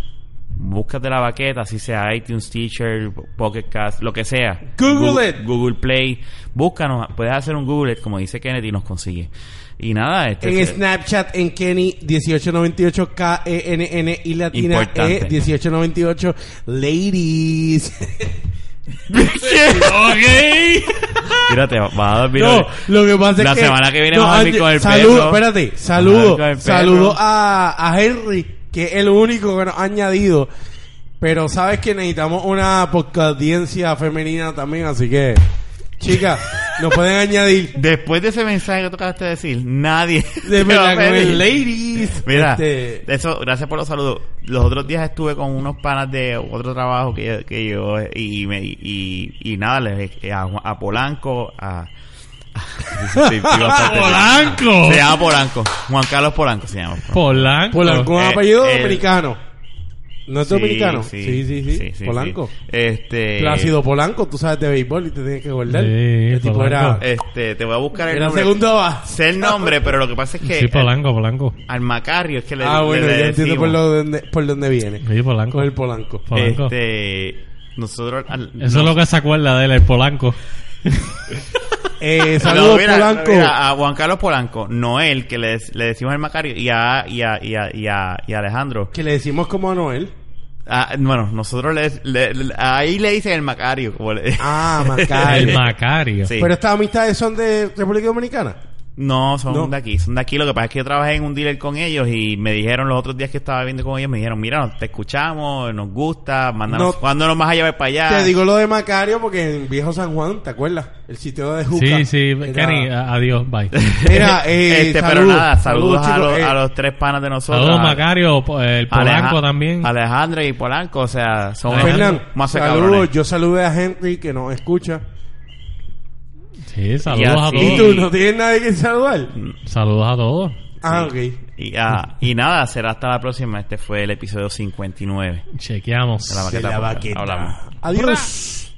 A: búscate la baqueta, así sea iTunes, Teacher, Pocket Cast, lo que sea.
C: Google
A: Gu-
C: it.
A: Google Play. Búscanos, puedes hacer un Google it, como dice Kennedy, y nos consigue. Y nada, este.
C: En
A: se-
C: Snapchat, en Kenny 1898 K-E-N-N E y Latina
A: Importante.
C: E 1898 Ladies.
A: Mira, te va a dar
C: No, lo que pasa
A: La
C: es que...
A: semana que viene vamos a
C: Angie,
A: ir con el
C: saludo,
A: perro. Vamos
C: espérate.
A: a ir
C: Saludo.
A: con el perro.
C: Saludo a, a Henry. que es el único que nos ha añadido. Pero sabes que necesitamos una podcastiencia femenina también, así que, chicas, nos pueden añadir.
A: Después de ese mensaje que tú acabaste de decir, nadie.
C: De
A: te va a
C: verdad, con
A: pedir.
C: el ladies.
A: Mira,
C: Este,
A: eso, gracias por los saludos. Los otros días estuve con unos panas de otro trabajo que, que yo y, me- y, y nada, les, eh, a, a Polanco, a... Sí, sí, bastante.
B: ¡Polanco!
A: Se llama Polanco. Juan Carlos Polanco se llama.
B: Polanco.
C: Polanco es
A: Eh,
C: apellido
A: el-
C: dominicano. ¿No es
A: Sí,
C: dominicano? Sí, sí, sí. Polanco.
A: Este...
C: Plácido Polanco, tú sabes de béisbol y te tienes que acordar.
B: Sí,
C: el tipo era,
B: Polanco.
A: Este, te voy a buscar el
C: era
A: nombre.
C: segundo base.
A: Sé el nombre, pero lo que pasa es que...
B: Sí, Polanco, Polanco.
A: Al Macario es que le
C: Ah, bueno,
A: le
C: ya entiendo por,
A: decimos.
C: lo donde- por dónde viene.
B: Sí, Polanco.
C: Con el Polanco.
B: Polanco.
A: Este... Nosotros... al-
B: Eso es lo que se acuerda de él, el Polanco.
C: Eh,
A: No,
C: saludos,
A: mira,
C: Polanco.
A: mira, ah. a Juan Carlos Polanco, Noel, que le, le decimos el Macario, y a, y a, y a, y a, y a Alejandro.
C: Que le decimos como a Noel.
A: Ah, bueno, nosotros le, le- le- ahí le dicen el Macario. como le-
C: Ah, Macario.
B: El Macario.
A: Sí.
C: Pero estas amistades son de República Dominicana.
A: No, son
C: No.
A: de aquí, son de aquí. Lo que pasa es que yo trabajé en un dealer con ellos y me dijeron los otros días que estaba viendo con ellos, me dijeron, mira, nos- te escuchamos, nos gusta, mándanos,
C: No.
A: ¿cuándo nos vas a llevar para allá?
C: Te digo lo de Macario porque en Viejo San Juan, ¿te acuerdas? El sitio de Juca.
B: Sí, sí,
C: Era-
B: Kenny, ah. a- adiós, bye.
C: Mira, eh,
A: este, pero
C: saludos.
A: nada, saludos, a,
C: chicos,
A: los,
C: eh,
A: a los tres panas de nosotros.
B: Saludos,
A: a-
B: Macario, po- el
A: Aleja-
B: Polanco también.
A: Alejandro y Polanco, o sea, son
C: Fernán,
A: más
C: saludos. Yo saludé a Henry que nos escucha.
B: Sí,
A: Y
B: saludos a
A: así-
C: ¿Y
B: todos.
C: tú no tienes nadie que saludar?
B: Saludos a todos.
C: Ah, ok.
A: Y, ah, y nada, será hasta la próxima. Este fue el episodio 59
B: Chequeamos.
A: de la
C: De
A: vaqueta.
C: la
A: Podcast.
C: vaqueta.
A: Hablamos.
C: Adiós.